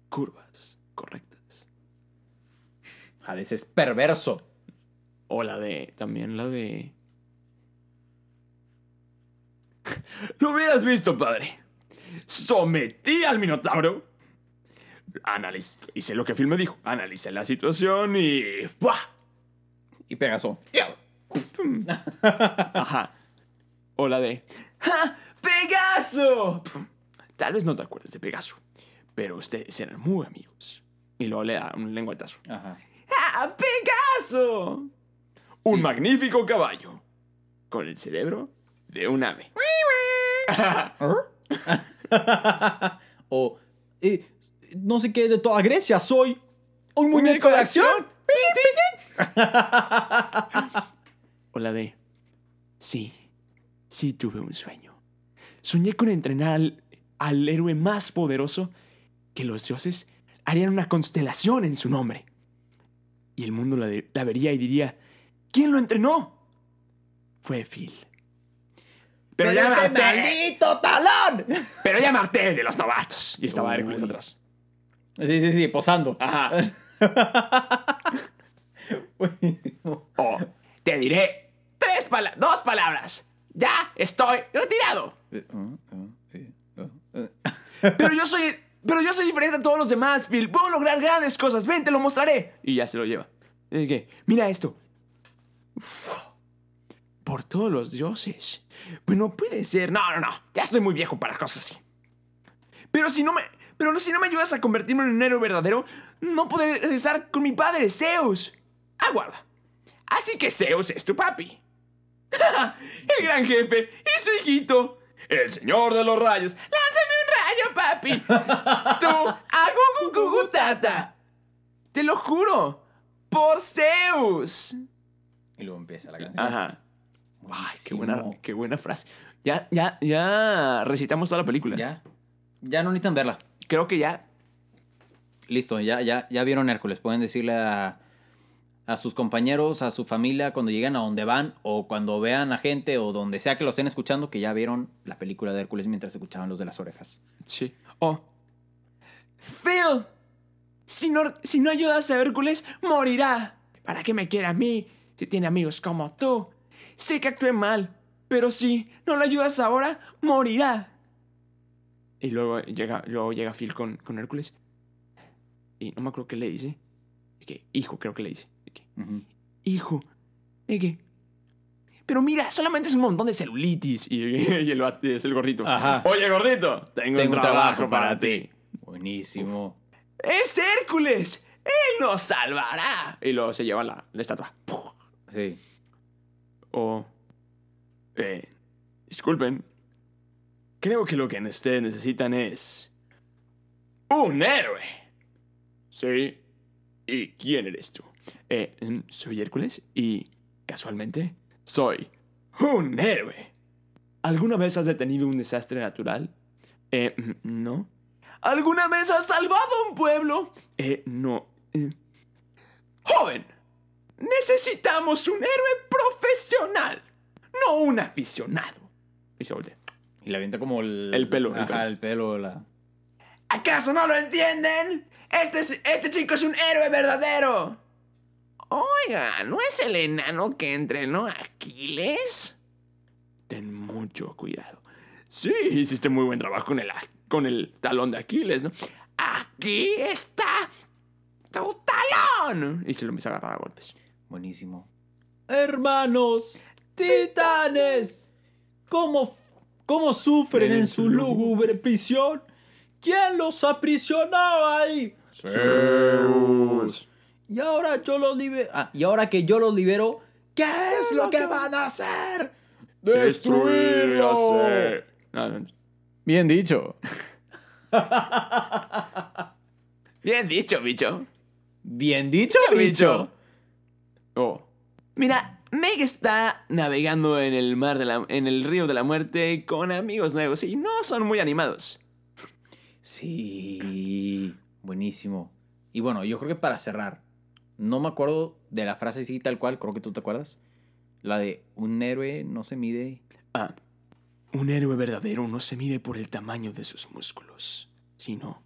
D: curvas correctas.
E: Hades es perverso.
D: O la de. También la de. Lo hubieras visto, padre. Sometí al Minotauro. Analiz hice lo que Phil me dijo. Analicé la situación y. ¡buah!
E: Y Pegaso.
D: Ajá. O la de. ¡Ja! ¡Pegaso! Tal vez no te acuerdes de Pegaso, pero ustedes eran muy amigos. Y luego le da un lenguetazo.
E: Ajá.
D: ¡Ah, Pegaso! Un magnífico caballo. Con el cerebro de un ave.
E: O. eh, no sé qué de toda Grecia, soy. Un muñeco de acción.
D: O la de. Sí, sí tuve un sueño. Soñé con entrenar al, al héroe más poderoso que los dioses harían una constelación en su nombre. Y el mundo la, de- la vería y diría: ¿Quién lo entrenó? Fue Phil. Pero, ya me harté-
E: talón!
D: pero ya me harté de los novatos. Y estaba Hércules atrás.
E: Sí, sí, sí, posando.
D: Ajá. O te diré tres pala- dos palabras. Ya estoy retirado.
E: Ah,
D: Pero yo soy. Pero yo soy diferente a todos los demás, Phil. Puedo lograr grandes cosas. Ven, te lo mostraré. Y ya se lo lleva. Y que, Mira esto. Uf. Por todos los dioses. Pues no puede ser. No, no, no. Ya estoy muy viejo para cosas así. Pero si no me. Pero no- si no me ayudas a convertirme en un héroe verdadero, no podré regresar con mi padre, Zeus. Aguarda. Así que Zeus es tu papi. El gran jefe y su hijito. El señor de los rayos. ¡Lánzame un rayo, papi! Tú, agugugugutata. Te lo juro. Por Zeus.
E: Y luego empieza la canción.
D: Ajá. Ay, qué buena,
E: Buenísimo.
D: qué buena frase. Ya, ya, ya recitamos toda la película.
E: Ya. Ya no necesitan verla.
D: Creo que ya.
E: Listo, ya, ya, ya vieron Hércules. Pueden decirle a, a sus compañeros, a su familia, cuando lleguen a donde van o cuando vean a gente o donde sea que lo estén escuchando, que ya vieron la película de Hércules mientras escuchaban los de las orejas.
D: Sí. Oh. Phil, si no, si no ayudas a Hércules, morirá. ¿Para qué me quiere a mí si tiene amigos como tú? Sé que actué mal, pero si no lo ayudas ahora, morirá. Y luego llega, luego llega Phil con, con Hércules. Y no me acuerdo qué le dice. Y que, hijo, creo que le dice. Y que,
E: Ujú.
D: hijo, ¿de qué? Pero mira, solamente es un montón de celulitis. Y, y el, vato- es el gordito.
E: Ajá.
D: Oye, gordito, tengo, un trabajo, para ti.
E: Buenísimo.
D: ¡Es Hércules! ¡Él nos salvará! Y luego se lleva la, la estatua. ¡Puf!
E: Sí.
D: O... eh, disculpen. Creo que lo que ustedes necesitan es... ¡Un héroe! Sí. ¿Y quién eres tú? Eh, mm, soy Hércules y... Casualmente, soy... ¡Un héroe! ¿Alguna vez has detenido un desastre natural? Eh, mm, no. ¿Alguna vez has salvado a un pueblo? Eh, no. Eh, Joven, necesitamos un héroe profesional, no un aficionado. Y se voltea.
E: Y la avienta como el,
D: El pelo, el
E: Ajá,
D: pelo.
E: el pelo. la-
D: ¿Acaso no lo entienden? Este, es- este chico es un héroe verdadero. Oiga, ¿no es el enano que entrenó a Aquiles? Ten mucho cuidado. Sí, hiciste muy buen trabajo con el, a- con el talón de Aquiles, ¿no? Aquí está tu talón. Y se lo empieza a agarrar a golpes.
E: Buenísimo. Hermanos, titanes, ¿cómo, cómo sufren en su lúgubre prisión? ¿Quién los aprisionaba ahí? Y ahora yo los libero. y ahora que yo los libero, ¿qué es lo que van a hacer?
D: Destruirlo. No, no, no.
E: Bien dicho.
D: Bien dicho, bicho.
E: Bien dicho,
D: bicho.
E: bicho.
D: Oh. Mira, Meg está navegando en el mar de la, en el río de la muerte con amigos nuevos y no son muy animados.
E: Sí, buenísimo. Y bueno, yo creo que para cerrar, no me acuerdo de la frase así tal cual, creo que tú te acuerdas. La de un héroe no se mide.
D: Ah, un héroe verdadero no se mide por el tamaño de sus músculos, sino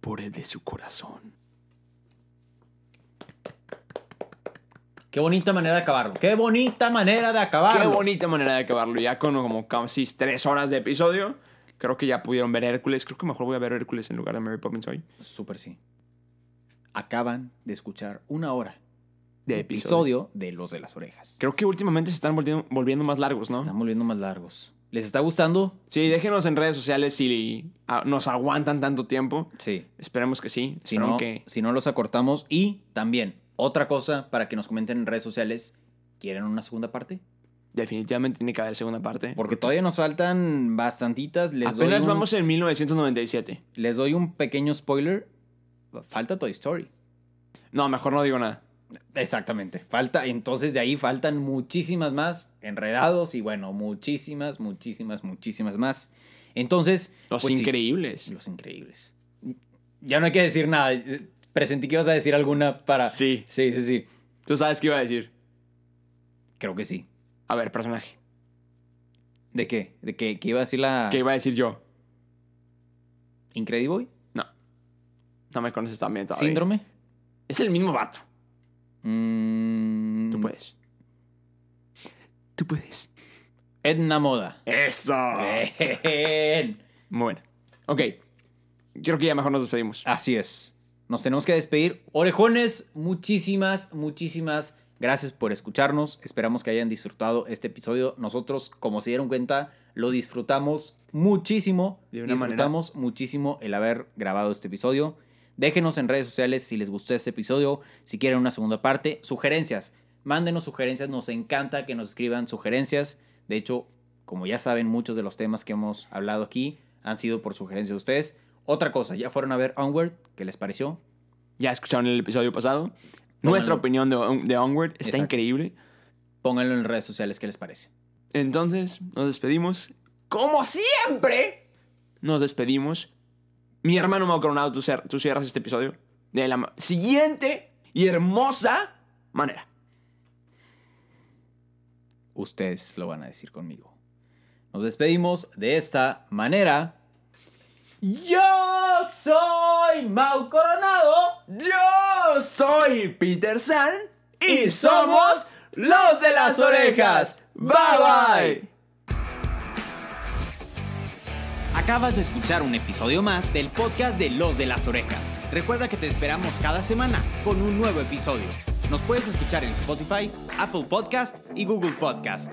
D: por el de su corazón.
E: Qué bonita manera de acabarlo. Qué bonita manera de acabarlo.
D: Qué bonita manera de acabarlo. Ya con como casi tres horas de episodio, creo que ya pudieron ver Hércules. Creo que mejor voy a ver Hércules en lugar de Mary Poppins hoy.
E: Súper sí. Acaban de escuchar una hora
D: De
E: de episodio de Los de las Orejas.
D: Creo que últimamente se están volviendo, volviendo más largos,
E: Se
D: ¿no?
E: están volviendo más largos. ¿Les está gustando?
D: Sí, déjenos en redes sociales si ah, nos aguantan tanto tiempo.
E: Sí.
D: Esperemos que sí.
E: Si
D: Esperemos
E: no,
D: que...
E: si no los acortamos. Y también, otra cosa para que nos comenten en redes sociales. ¿Quieren una segunda
D: Eh,
E: parte?
D: Definitivamente tiene que haber segunda parte.
E: Porque todavía nos faltan bastantitas. Les doy
D: Apenas
E: un,
D: vamos en 1997.
E: Les doy un pequeño spoiler. Falta Toy Story.
D: No, mejor no digo nada.
E: Exactamente. Falta, entonces de ahí faltan muchísimas más enredados y bueno, muchísimas, muchísimas, muchísimas más. Entonces,
D: Los
E: pues sí,
D: increíbles.
E: los increíbles. Ya no hay que decir nada. Presentí que ibas a decir alguna para.
D: Sí.
E: sí, sí, sí.
D: Tú sabes qué iba a decir.
E: Creo que sí.
D: A ver, personaje.
E: ¿De qué? ¿De qué, qué iba a decir la
D: ¿Qué iba a decir yo?
E: Incrediboy?
D: No. No me conoces tan bien todavía.
E: ¿Síndrome?
D: Es el mismo vato.
E: Mm,
D: Tú puedes. Tú puedes.
E: Edna Moda.
D: ¡Eso!
E: Bien.
D: Muy bueno. Ah. Ah. Ok. Creo que ya mejor nos despedimos.
E: Así es. Nos tenemos que despedir. Orejones, muchísimas, muchísimas gracias por escucharnos. Esperamos que hayan disfrutado este episodio. Nosotros, como se dieron cuenta, lo disfrutamos muchísimo.
D: De una
E: disfrutamos muchísimo el haber grabado este episodio. Déjenos en redes sociales si les gustó este episodio, si quieren una segunda parte, sugerencias. Mándenos sugerencias, nos encanta que nos escriban sugerencias. De hecho, como ya saben, muchos de los temas que hemos hablado aquí han sido por sugerencia de ustedes. Otra cosa, ya fueron a ver Onward, ¿qué les pareció?
D: Ya escucharon el episodio pasado. Nuestra opinión de, de Onward está
E: Exacto.
D: increíble.
E: Pónganlo en redes sociales, ¿qué les parece?
D: Entonces, nos despedimos. Como siempre, nos despedimos. Mi hermano Mau Coronado, tú, cer- tú cierras este episodio de la ma- siguiente y hermosa manera.
E: Ustedes lo van a decir conmigo. Nos despedimos de esta manera. Yo soy Mau Coronado.
D: Yo soy Peter San
E: y somos
D: los de
E: las orejas. Bye, bye.
A: Acabas de escuchar un episodio más del podcast de Los de las Orejas. Recuerda que te esperamos cada semana con un nuevo episodio. Nos puedes escuchar en Spotify, Apple Podcast y Google Podcast.